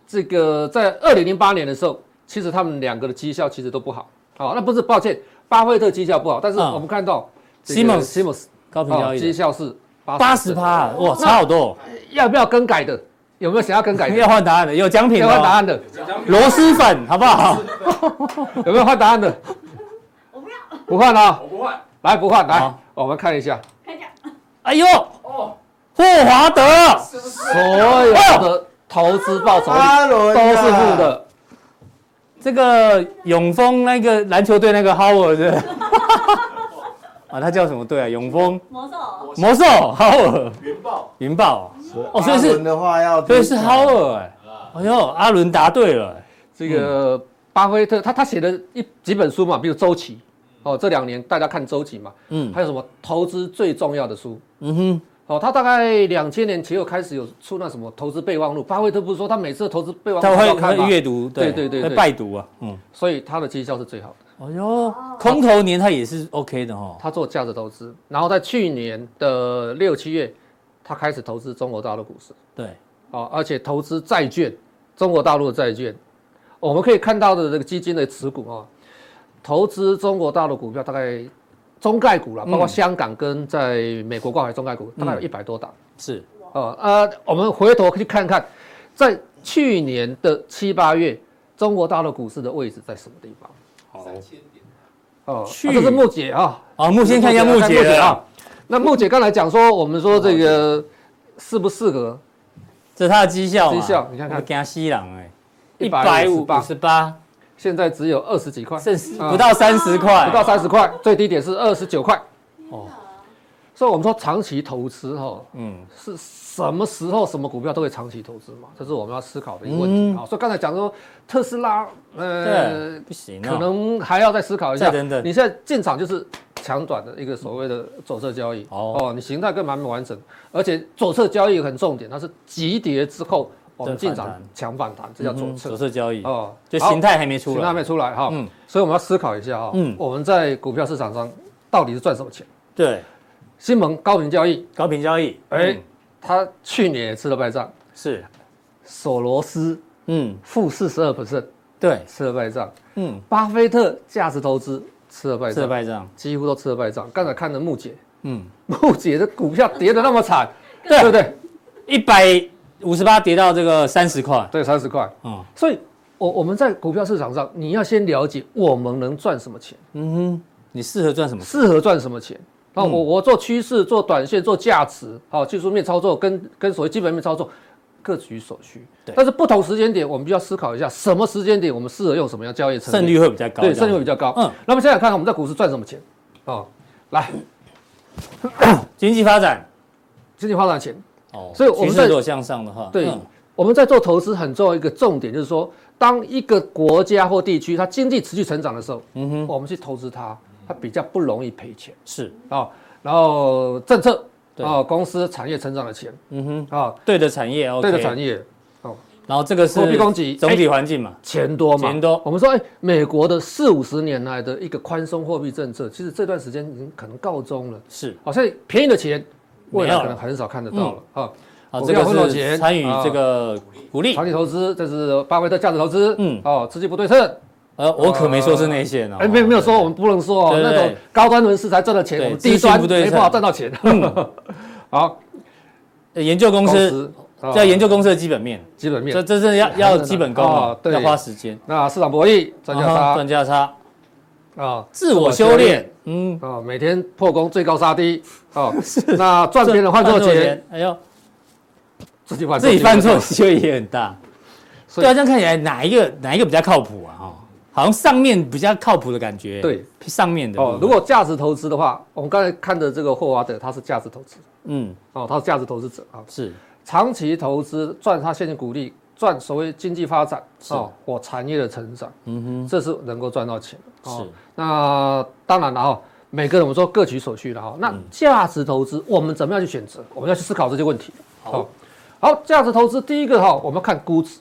C: 这个在二零零八年的时候，其实他们两个的绩效其实都不好。好、那不是抱歉，巴菲特绩效不好，但是
B: 嗯
C: 我们看到
B: Simmons
C: 西蒙斯
B: 高频交
C: 啊，绩
B: 易
C: 效是
B: 八十趴，哇，差好多哦，
C: 要不要更改的？有没有想要更改的？
B: 要换答案的，有奖品
C: 要
B: 的
C: 换答
B: 哦，
C: 案的？
B: 螺蛳粉好 不好？
C: 有没有换答案 的？
D: 我不要，
C: 不换啊，
E: 我不换
C: 来不换来
B: 好，
C: 我们看一下
D: 看一下，
B: 哎呦，
E: 哦，
B: 霍华德，
E: 是不是？
C: 所有的投资报酬率
A: 阿伦
C: 都
A: 啊
C: 是负，的，
B: 这个永丰那个篮球队那个 Howard 是不是啊，他叫什么队啊？永丰
D: 魔兽，
B: 魔兽 Howard
E: 云豹
B: 云豹哦，哦，所以
A: 阿伦
B: 是
A: 的话要
B: 所以是 Howard 哎，
E: 啊，
B: 哎呦，阿伦答对了哎，
C: 这个巴菲特他他写的一几本书嘛，比如周期，哦，这两年大家看周期嘛，
B: 嗯
C: 还有什么投资最重要的书。
B: 嗯哼，
C: 哦，他大概两千年前后开始有出那什么投资备忘录，巴菲特不是说他每次投资备忘录
B: 他
C: 都要
B: 会
C: 看
B: 会
C: 吗？
B: 阅读，
C: 对对对对
B: 会拜读啊，嗯，
C: 所以他的绩效是最好的。
B: 哎呦，空头年他也是 OK 的哈，
C: 他做价值投资，然后在去年的六七月，他开始投资中国大陆股市。
B: 对，
C: 哦，而且投资债券，中国大陆的债券，哦我们可以看到的这个基金的持股哦，投资中国大陆股票大概中概股了，包
B: 嗯
C: 括香港跟在美国挂牌中概股，大概有一百多档。
B: 是
C: 哦，呃，我们回头去看看，在去年的七八月，中国大陆股市的位置在什么地方？
E: 三千点，
C: 哦，啊
B: 去
C: 这是木姐啊，
B: 哦，目前看一下木姐的啊，。
C: 那木姐刚才讲说，我们说这个适不适合
B: 这是他的绩效嘛，
C: 绩效你看看
B: 我惊西朗哎，一百五
C: 158
B: 十八，
C: 现在只有二十几块，
B: 剩十
C: 啊
B: 不到三十块，
C: 不到三十块，最低点是二十九块。
B: 哦，
C: 所以我们说长期投资哈，
B: 嗯，
C: 是什么时候什么股票都会长期投资嘛？这是我们要思考的一个问题
B: 嗯
C: 啊、好所以刚才讲说特斯拉，
B: 对
C: 呃，，
B: 不行哦，
C: 可能还要再思考一下。
B: 再等等
C: 你现在进场就是强短的一个所谓的左侧交易
B: 哦
C: 哦你形态更蛮完整，而且左侧交易很重点，它是急跌之后我们
B: 再
C: 进
B: 反弹
C: 场强反弹，这叫左
B: 嗯
C: 侧
B: 左。侧交易，
C: 哦，
B: 就
C: 好
B: 形态还没出啊
C: 形态
B: 来，
C: 没出来哈，
B: 嗯
C: 所以我们要思考一下哈，
B: 嗯
C: 我们在股票市场上到底是赚什么钱？
B: 对，
C: 新盟高频交易，
B: 高频交易，
C: 哎
B: 嗯
C: 他去年也吃了败仗，
B: 是，
C: 索罗斯
B: 嗯，
C: 负四十二 percent
B: 对，
C: 吃了败仗，
B: 嗯，
C: 巴菲特价值投资吃了败
B: 是
C: 仗，
B: 败仗，
C: 几乎都吃了败仗。刚才看的木姐，
B: 嗯，
C: 木姐的股票跌得那么惨，
B: 对
C: 对不对？
B: 一百五十八跌到这个三十块，
C: 对，三十块。
B: 嗯
C: 所以，我我们在股票市场上，你要先了解我们能赚什么钱。
B: 嗯哼，你适合赚什么？
C: 适合赚什么钱？那我
B: 嗯
C: 我做趋势、做短线、做价值，好、技术面操作跟跟所谓基本面操作，各取所需。
B: 对
C: 但是不同时间点，我们就要思考一下，什么时间点我们适合用什么样交易策略？
B: 胜率会比较高，
C: 对
B: 这样
C: 胜率会比较高。
B: 嗯
C: 嗯，那么现在看看我们在股市赚什么钱？哦，来，
B: 经济发展，
C: 经济发展前，
B: 哦，
C: 所以我们
B: 趋势
C: 在
B: 如果向上的话，
C: 对、
B: 嗯
C: 我们在做投资很重要一个重点就是说，当一个国家或地区它经济持续成长的时候，
B: 嗯哼，
C: 我们去投资它，它比较不容易赔钱
B: 是，
C: 啊、哦。然后政策
B: 对
C: 啊、哦，公司产业成长的钱
B: 嗯哼，
C: 啊、
B: 对的产业，OK，
C: 对的产业哦
B: 然后这个是
C: 货币供给
B: 总体环境嘛，
C: 哎钱多嘛？
B: 钱多
C: 我们说，哎，美国的四五十年来的一个宽松货币政策，其实这段时间已经可能告终了，
B: 是，
C: 好像便宜的钱未
B: 没
C: 来
B: 有了
C: 可能很少看得到了啊。
B: 啊，
C: 股
B: 这
C: 票会
B: 个
C: 落
B: 是
C: 钱
B: 参与这个鼓励，
C: 长期投资，这是巴菲特价值投资，
B: 嗯
C: 嗯，哦，资金不对称，
B: 呃，我可没说是内线哦，
C: 哎，没有没有说我们不能说哦
B: 对对
C: 那
B: 对
C: 种高端人士才赚到钱，
B: 对
C: 我们低
B: 资金
C: 端
B: 不对
C: 没
B: 称
C: 办法赚到钱。 好，
B: 呃研究公司，
C: 啊
B: 要研究公司的基本面，
C: 基本
B: 这
C: 面，
B: 这是要要
C: 真的
B: 基本功
C: 哦
B: 啊，
C: 对
B: 要花时间，
C: 那市场博弈、专家
B: 啊哈
C: 差
B: 赚价差，
C: 啊，
B: 自我修炼，嗯，
C: 啊，每天破功，最高杀低 哦。那赚别人换错钱，，
B: 哎呦，
C: 自己犯
B: 自己犯错，机会也很大。
C: 所
B: 对
C: 以
B: 啊，这样看起来哪一个哪一个比较靠谱啊？哈，好像上面比较靠谱的感觉。
C: 对，
B: 上面的
C: 哦
B: 部，分
C: 如果价值投资的话，我们刚才看的这个霍华德，他是价值投资
B: 嗯
C: 哦，他是价值投资者啊，
B: 是
C: 长期投资赚他现金股利，赚所谓经济发展哦，我产业的成长，
B: 嗯
C: 这是能够赚到钱的
B: 哼
C: 哦
B: 是。
C: 那当然了哈、哦，每个人我们说各取所需了哈、
B: 嗯
C: 哦。那价值投资我们怎么样去选择？我们要去思考这些问题。好、哦，好，价值投资第一个哈、我们要看估值，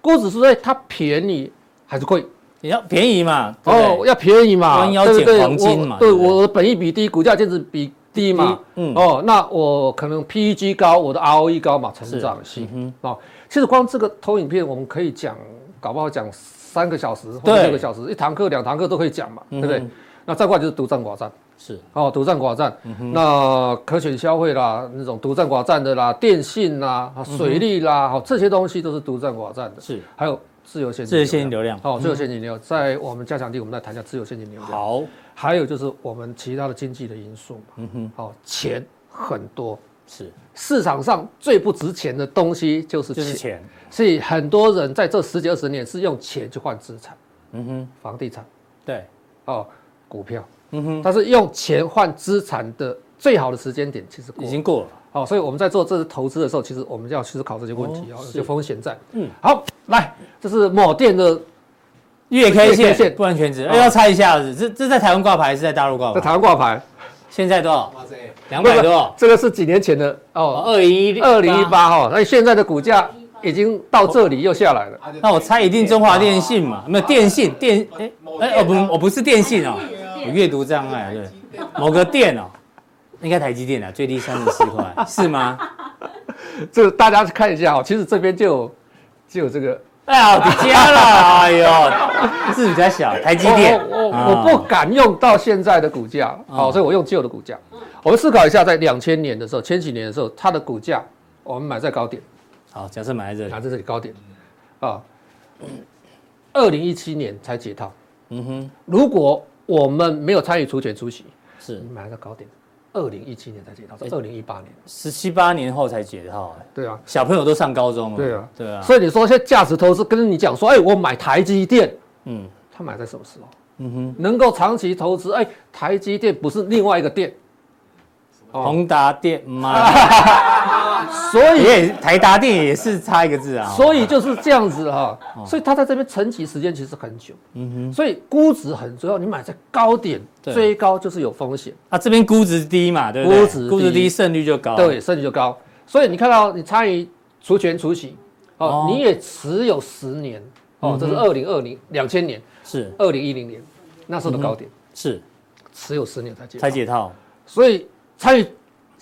C: 估值是在哎它便宜还是贵？
B: 你要便宜嘛？哦
C: 哦，，要便宜嘛，
B: 弯腰
C: 对不
B: 捡
C: 对
B: 黄金嘛
C: 我对，
B: 对不对
C: 我的本益比低，股价净值比低嘛。
B: 嗯
C: 哦，那我可能 PEG 高，我的
B: 嗯
C: ROE 高嘛，成长性。哦，其实光这个投影片，我们可以讲，搞不好讲三个小时或者
B: 对
C: 六个小时，一堂课、两堂课都可以讲嘛，对不对
B: 嗯哼？
C: 那再过来就是独占寡占。
B: 是
C: 哦，独占寡占，
B: 嗯
C: 那可选消费啦，那种独占寡占的啦，电信啦、
B: 嗯
C: 啊水利啦，好、这些东西都是独占寡占的。
B: 是，
C: 还有自由现金，
B: 自由现金流量
C: 好、自由现金流，在我们加强地，我们再谈一下自由现金流量。，
B: 好，
C: 还有就是我们其他的经济的因素嘛，嗯哼，好、钱很多，
B: 是
C: 市场上最不值钱的东西就是
B: 就
C: 钱，
B: 是钱，
C: 所以很多人在这十几二十年是用钱去换资产，
B: 嗯哼，
C: 房地产
B: 对，
C: 哦，股票，
B: 嗯哼，
C: 但是用钱换资产的最好的时间点其实过
B: 已
C: 了。
B: 经过了，
C: 好、所以我们在做这次投资的时候，其实我们就要思考这些问题
B: 哦
C: 哦，有
B: 是
C: 些风险在。
B: 嗯
C: 嗯，好，来，这是某店的，
B: 月 K
C: 月 K
B: 线
C: 线
B: 不完全值，
C: 哦
B: 要猜一下子，这这在台湾挂牌还是在大陆挂
C: 在
B: 牌？
C: 台湾挂牌，
B: 现在多少？
E: 哇塞，
B: 两百多，
C: 这个是几年前的哦，
B: 二零一
C: 二零一，八哈，那现在的股价已经到这里又下来了。
E: 啊
B: 那我猜一定中华电信嘛，没有电信电，哎哎，我不我不是电信哦，我阅读障碍对。
E: 对，
B: 某个店哦，应该台积电啊，最低三十四 块，是吗？
C: 这个大家去看一下哦，其实这边就有就有这个
B: 哎呀，比加了，哎呦，是比较小，台积电，
C: 我我
B: 啊
C: 我我不敢用到现在的股价，好，所以我用旧的股价。我们思考一下，在两千年的时候，千禧年的时候，它的股价我们买在高点，
B: 哦好，假设买在这
C: 拿
B: 里，
C: 在这里高点，啊，二零一七年才解套。
B: 嗯哼，
C: 如果我们没有参与除权除息，
B: 是
C: 你买在高点，二零一七年才解套，是二零一八年。
B: 十七八年后才解套，哎
C: 对啊，
B: 小朋友都上高中了，
C: 对啊
B: 对啊，
C: 所以你说现在价值投资跟你讲说，哎，我买台积电，
B: 嗯
C: 他买在什么时候
B: 嗯哼，
C: 能够长期投资？哎，台积电不是另外一个电，哦
B: 宏达电嘛，
C: 所以
B: 也台达电也是差一个字啊，
C: 所以就是这样子哈、所以它在这边沉寂时间其实很久，
B: 哦嗯哼，
C: 所以估值很重要，你买在高点
B: 对
C: 追高就是有风险，
B: 啊这边估值低嘛，对不对？
C: 估值低
B: 估值低，胜率就高，
C: 对，，甚至就高。所以你看到你参与除权除息，
B: 哦
C: 哦，你也持有十年，哦
B: 嗯，
C: 这是二零二零两千年、
B: 是
C: 二零一零年那时候的高点，
B: 是
C: 持有十年才结，
B: 嗯才，解套，
C: 所以参与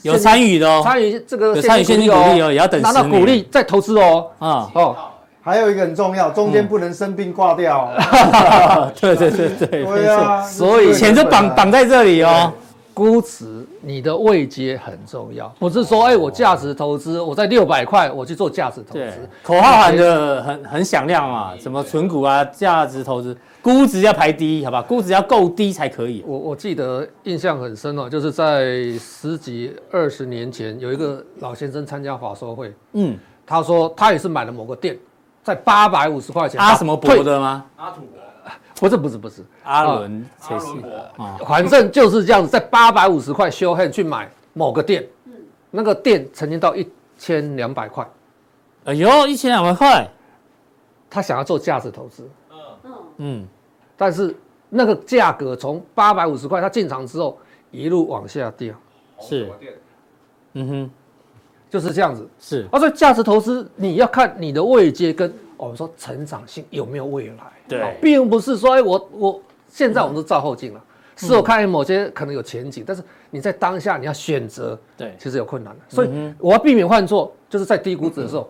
B: 有参与的哦，
C: 参与这
B: 有
C: 个
B: 参与现金股利哦也要等
C: 拿到
B: 10年
C: 股利再投资哦，
B: 啊，
C: 哦，
A: 还有一个很重要，中间不能生病挂掉哦。
B: 对对对对，没
A: 对
B: 错。
A: 啊，
C: 所以
B: 钱就绑绑在这里哦。
C: 估值，你的位阶很重要，不是
B: 哦
C: 说哎、我价值投资，我在六百块我去做价值投
B: 对
C: 资，，哎
B: 口号喊得很很响亮嘛，什么存股啊、价值投资，估值要排第一，好吧？估值要够低才可以。
C: 我我记得印象很深哦，就是在十几二十年前，有一个老先生参加法说会，
B: 嗯，
C: 他说他也是买了某个店，在八百五十块钱，
B: 阿什么博
C: 退？
B: 的吗？
E: 阿土伯，
C: 不是不是不是，
B: 阿伦
E: 阿
B: 谁是
E: 伦？伯，
B: 啊，
C: 反正就是这样子，在八百五十块修 h 去买某个店，那个店曾经到一千两百块，
B: 哎呦，一千两百块，
C: 他想要做价值投资，
E: 嗯，
D: 嗯，
B: 嗯，
C: 但是那个价格从八百五十块，它进场之后一路往下掉，
B: 是
E: 红酒店
B: 嗯哼，
C: 就是这样子。
B: 是
C: 啊，所以价值投资你要看你的位阶跟我们说成长性有没有未来，
B: 对
C: 哦并不是说哎我我现在我们都照后镜了，是我看某些可能有前景，但是你在当下你要选择，
B: 对
C: 其实有困难
B: 嗯
C: 的，所以我要避免犯错，就是在低估值的时候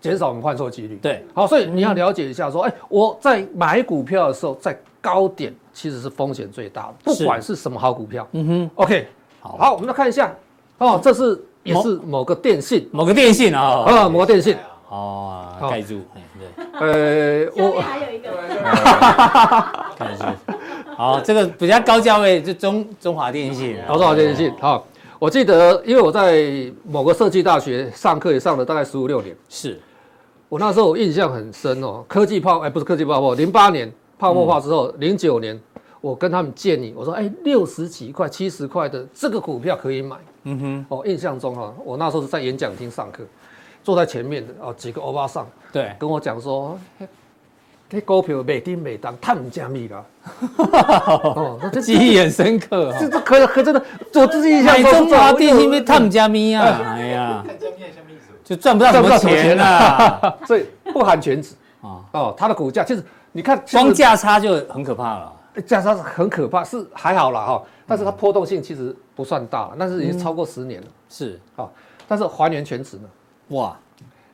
C: 减少我们犯错几率。
B: 对，嗯
C: 好，所以你要了解一下，说，哎、我在买股票的时候，在高点其实是风险最大的，不
B: 是
C: 管是什么好股票。
B: 嗯哼，
C: OK，
B: 好嗯
C: 好，我们来看一下，哦，这是也是某个电信，
B: 某个电信啊，
C: 啊，某个电信，
B: 哦，
C: 好
B: 盖住，哎对，
C: 呃，
D: 下面
C: 我
D: 还有一
E: 对
D: 个，
E: 对对
B: 盖住。好，这个比较高价位就中中华电信啊，
C: 搞多少哦电信？好、我记得，因为我在某个设计大学上课也上了大概十五六年，
B: 是
C: 我那时候印象很深哦，科技泡，哎，不是科技泡沫，零八年泡沫化之后，
B: 嗯
C: 零九、年。我跟他们建议，我说：“哎，六十几块、七十块的这个股票可以买。”
B: 嗯哼，
C: 哦，印象中哈、我那时候是在演讲厅上课，坐在前面的哦，几个欧巴桑
B: 对，
C: 跟我讲说，嘿这股票每丁每当探加密啦，哦，那这
B: 记忆很深刻哦
C: 这。这可可真的，我嗯自己印象
B: 买
C: 中
B: 中华电信被
C: 被
B: 他们家 咪啊，哎呀，
E: 看正面什么意思？
B: 就赚不到什么钱啊 啦。
C: 探，所以不含全值
B: 啊，
C: 哦，它的股价其实你看其实
B: 光价差就很可怕
C: 哎
B: 了。
C: 价差是很可怕，是还好啦哈、
B: 嗯
C: 但是它波动性其实不算大了，但是已经超过十年了，
B: 是
C: 哦，但是还原全值呢，
B: 哇，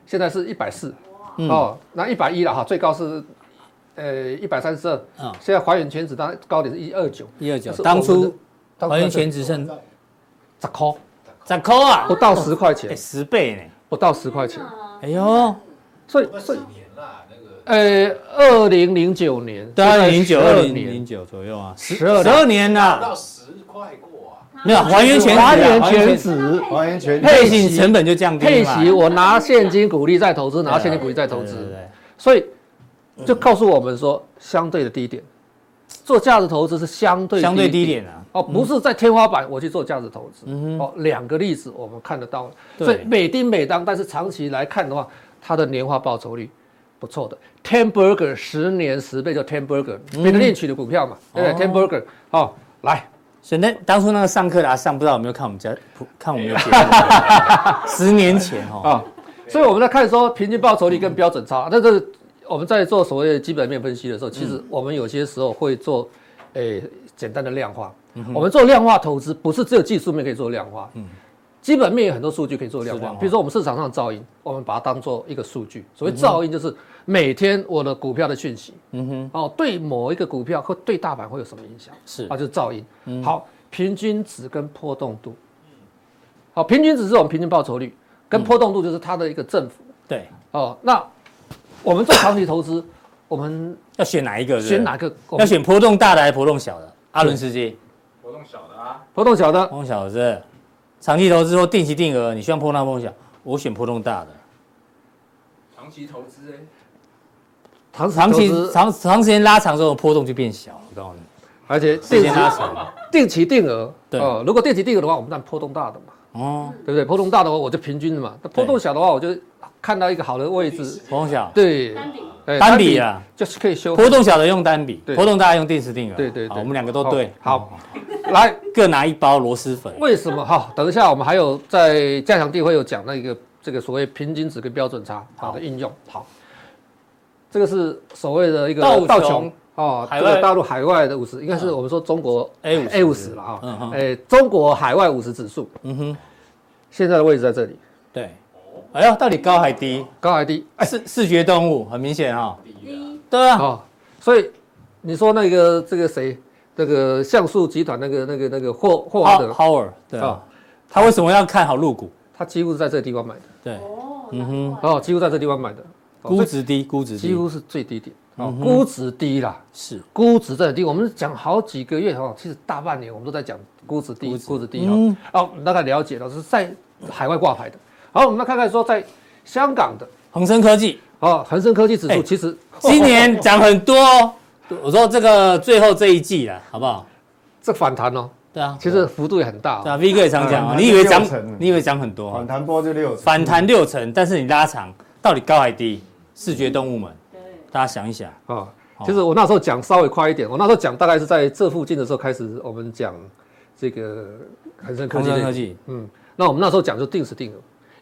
C: 现在是一百四。
B: 嗯
C: 哦，那一百一了哈，最高是呃一百三十二，
B: 嗯，
C: 现在还原全指当高点是一二九，
B: 一二九
C: 但，是
B: 当
C: 我们
B: 初
C: 的
B: 还原全值剩
C: 十块，
B: 十块啊
C: 不，到十块钱
B: 哎，，十倍呢，
C: 不到十块钱
D: 真，的啊
B: 哎呦，
C: 所
E: 我
C: 以
E: 们
C: 所以
E: 四年啦，那个
C: 呃，二零零九年，
B: 对，啊二零零九、二
C: 12
B: 零
C: 年
B: 零九左右啊，十
C: 十二
B: 十二年啊
E: 不
B: 了，
E: 到十块过啊，
B: 没有还原全值啊
C: 还原全
B: 值
C: 值
A: 还原全
B: 配型成本就降低
C: 配
B: 了嘛，
C: 息，我拿现金股利再投资，拿现金股利再投
B: 对对
C: 资，
B: 对
C: 所以就告诉我们说，相对的低点，做价值投资是相对
B: 对相对低
C: 低点
B: 点啊，
C: 哦，不是在天花板我去做价值投资。
B: 嗯哼，
C: 哦，两个例子我们看得到，
B: 对
C: 所以每丁每当，但是长期来看的话，它的年化报酬率不错的。Ten Burger 十年十倍叫 Ten Burger，彼得
B: 嗯
C: 林取的股票嘛，对不对？Ten Burger 哦，来，
B: 所以那当初那个上课的阿上不知道有没有看我们家 看我们的节目，十年前哦，
C: 啊，所以我们在看说平均报酬率跟标准差，但是我们在做所谓的基本面分析的时候，其
B: 嗯
C: 实我们有些时候会做，诶、简单的量化。
B: 嗯
C: 我们做量化投资，不是只有技术面可以做量化，基本面有很多数据可以做量
B: 是
C: 化
B: 量。化
C: 比如说我们市场上的噪音，我们把它当做一个数据。所谓噪音，就是每天我的股票的讯息，
B: 嗯哼，
C: 哦，对某一个股票或对大盘会有什么影响？
B: 是嗯
C: 啊，就是噪音。好，平均值跟波动度。好，平均值是我们平均报酬率，
B: 嗯
C: 跟波动度就是它的一个振幅。
B: 对，
C: 哦，那我们做长期投资，我们
B: 要选哪一个？对不对
C: 选哪？个？我
B: 要
C: 们
B: 选波动大的还是波动小的？阿伦斯基，
E: 活动小的啊，
C: 波动小的，
B: 波动小的是长期投资或定期定额，你希望波动大波动小？我选波动大的，
E: 长期投资哎，
C: 长
B: 长
C: 投
B: 期
C: 资，
B: 长长时间拉长之后波动就变小了，我告诉你，
C: 而且
B: 时
C: 定
B: 间
C: 期
B: 拉
E: 哎
B: 长，
C: 定期定额。
B: 对
C: 哦，如果定期定额的话，我们当然波动大的嘛，
B: 哦，
C: 对不对？波动大的话，我就平均的嘛。那波动小的话，我就看到一个好的位置，
B: 波动小，
C: 对，
D: 丹顶
C: 哎
B: 单笔啊，
C: 就是可以修。
B: 波动小的用单笔，
C: 对
B: 波动大的用定时定额，
C: 对对
B: 好
C: 对
B: 我们两个都对，
C: 好，来，
B: 各拿一包螺蛳粉，
C: 为什么？好，等一下我们还有在加强地会有讲那个这个所谓平均值跟标准差好的应用。好，这个是所谓的一个
B: 道琼
C: 哦，
B: 海
C: 这
B: 外
C: 个大陆海外的五十，应该是我们说中国
B: A50
C: A 五十了
B: 嗯
C: 啊
B: 哼，
C: 哎，中国海外五十指数
B: 嗯哼，
C: 现在的位置在这里，
B: 对，哎呦，到底高还低？
C: 高还低？哎，
B: 视视觉动物很明显哈、哦，
E: 低
D: 低
B: 对啊，
C: 哦，所以你说那个这个谁，那个像素集团那个那个那个霍霍华德
B: How- Howard 对啊
C: 啊，，
B: 他为什么要看好入股？
C: 他几乎是在这个地方买的，
B: 对，
D: 哦，
B: 嗯
D: 嗯
B: 哼
D: 哼，
C: 哦，几乎在这个地方买的，哦
B: 估值低，估值低，
C: 几乎是最低点，哦
B: 嗯，哼
C: 估值低啦，
B: 是，
C: 估值真的低。我们讲好几个月哦，其实大半年我们都在讲估值低，估值低哈。
B: 嗯
C: 哦，我们大概了解了，是在海外挂牌的。好，我们来看看说在香港的
B: 恒生科技
C: 哦，恒生科技指
B: 哎
C: 数其实
B: 今年涨很多哦，我说这个最后这一季了，好不好？
C: 这反弹哦，
B: 对啊，
C: 其实幅度也很大
B: 对
C: 哦。
B: 啊，V 哥也常讲啊，
A: 嗯
B: 你以为涨
A: 六成，嗯
B: 你以为涨很多
A: 反
B: 哦，
A: 弹波就六成，
B: 反弹六成，但是你拉长，到底高还低？视觉动物们，
D: 对，
B: 大家想一想，
C: 哦其实我那时候讲稍微快一点，我那时候讲大概是在这附近的时候开始，我们讲这个恒生科
B: 恒
C: 技
B: 生
C: 那
B: 科
C: 个。
B: 技，
C: 嗯，那我们那时候讲就定时定额，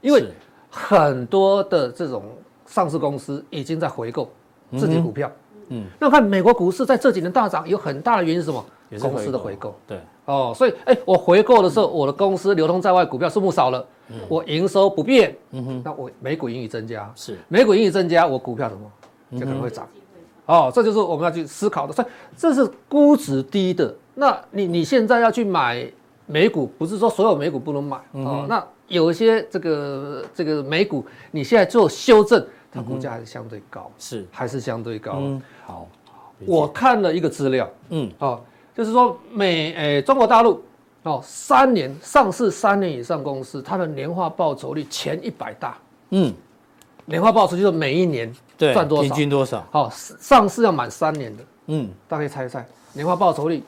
C: 因为
B: 是
C: 很多的这种上市公司已经在回购自己股票。
B: 嗯
C: 嗯，那看美国股市在这几年大涨，有很大的原因是什么
B: 也？是
C: 公司的回购。
B: 对，
C: 哦，所以哎、我回购的时候，我的公司流通在外股票数目少了，我营收不变，
B: 嗯哼，
C: 那我每股盈余增加，
B: 是
C: 每股盈余增加，我股票什么就可能会涨。
D: 机会上
C: 哦，这就是我们要去思考的。所以这是估值低的，那你你现在要去买美股，不是说所有美股不能买
B: 嗯
C: 哦。那有一些这个这个美股，你现在做修正，它股价还是相对高，
B: 是，
C: 还是相对高。
B: 嗯，好，理解
C: 我看了一个资料，
B: 嗯，
C: 哦，就是说美诶、中国大陆哦，三年上市三年以上公司，它的年化报酬率前一百大，
B: 嗯，
C: 年化报酬就是每一年
B: 对，
C: 赚多
B: 平
C: 少？
B: 均多少？
C: 好、上市要满三年的。
B: 嗯，
C: 大家猜一猜，年化报酬率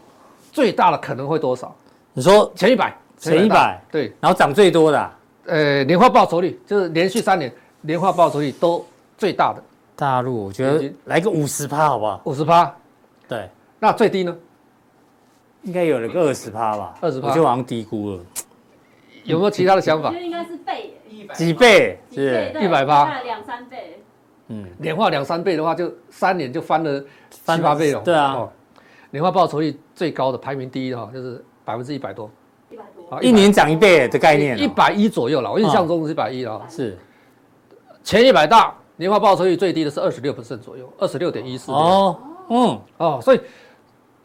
C: 最大的可能会多少？
B: 你说
C: 前一百，
B: 前一百，
C: 对，
B: 然后涨最多的啊、
C: 呃，年化报酬率就是连续三年年化报酬率都最大的
B: 大陆，我觉得
C: 平均
B: 来个五十趴好不好？
C: 五十趴，
B: 对，
C: 那最低呢？
B: 应该有了个二十趴吧，
C: 20%
B: 我就好像低估了，
C: 有没有其他的想
D: 我
C: 法
D: 觉？得应该是倍耶，
E: 一百
B: 几倍
D: 几倍
B: 是，
D: 对
C: 180
D: 大概两三倍，
B: 嗯，
C: 年化两三倍的话，就三年就翻了七八倍了。
B: 对啊，
C: 年化报酬率最高的排名第一哈，就是百分之一百多
D: 一百多，
C: 啊
B: 一年涨一倍的概念、哦，哦
C: 一百一左右了，我印象中是一百一啊。
B: 是
C: 前一百大年化报酬率最低的是二十六左右，二十六点一四。
B: 哦，嗯，
C: 哦，所以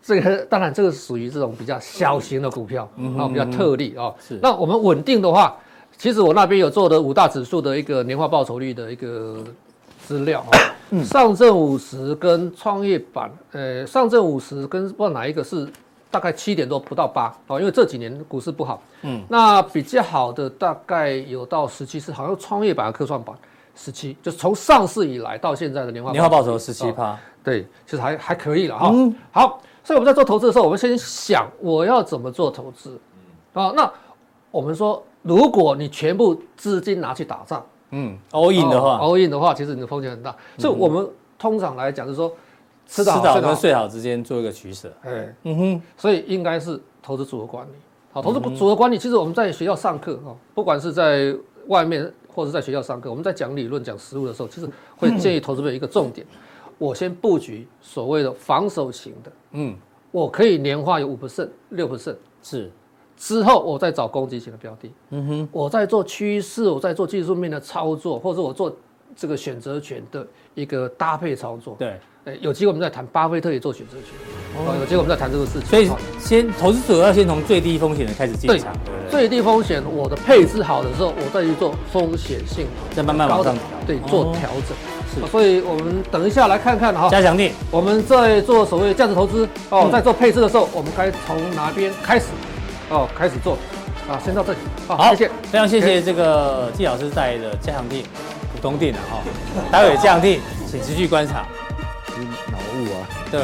C: 这个当然这个属于这种比较小型的股票，
B: 嗯
C: 嗯、
B: 哼
C: 比较特例哦。
B: 是
C: 那我们稳定的话，其实我那边有做的五大指数的一个年化报酬率的一个资料 哦。
B: 嗯
C: 上证五十跟创业板，呃，上证五十跟不知道哪一个是大概七点多不到八哦，因为这几年股市不好。
B: 嗯
C: 嗯，那比较好的大概有到十七是，好像创业板和科创板十七，就是从上市以来到现在的年化
B: 年化报酬十
C: 率
B: 七
C: 哦
B: 趴，
C: 对，其实还还可以了哈、
B: 嗯
C: 好，所以我们在做投资的时候，我们先想我要怎么做投资啊、那我们说，如果你全部资金拿去打仗
B: 嗯，all in 的话，
C: 哦
B: 嗯
C: ，all in 的话，其实你的风险很大。所以我们通常来讲，就是说吃得好睡得
B: 跟
C: 好
B: 睡好之间做一个取舍。
C: 哎，
B: 嗯哼，嗯
C: 所以应该是投资组合管理。好，投资组合管理，其实我们在学校上课哦，不管是在外面或者在学校上课，我们在讲理论、讲实务的时候，其实会建议投资者一个重点：我先布局所谓的防守型的，
B: 嗯，
C: 我可以年化有五 percent、六 percent，
B: 是，
C: 之后我再找攻击型的标的，
B: 嗯哼，
C: 我在做趋势，我在做技术面的操作，或者我做这个选择权的一个搭配操作。
B: 对，
C: 哎，有机会我们再谈，巴菲特也做选择权，哦，有机会我们再谈这个事情。
B: 所以
C: 好
B: 先投资者要先从最低风险的开始进场，对不对？
C: 最低风险，我的配置好的时候，我再去做风险性
B: 再慢慢
C: 高
B: 往
C: 的
B: 上调，
C: 对
B: 哦
C: 做调整。是，所以我们等一下来看看哈，
B: 加强力，
C: 我们在做所谓的价值投资哦
B: 嗯，
C: 在做配置的时候，我们该从哪边开始？哦，开始做啊，先到这里，
B: 好，
C: 谢谢。
B: 非常谢谢这个季老师带来的加强力普通定啊哈，待会加强力请持续观察。
A: 脑雾啊。
B: 对，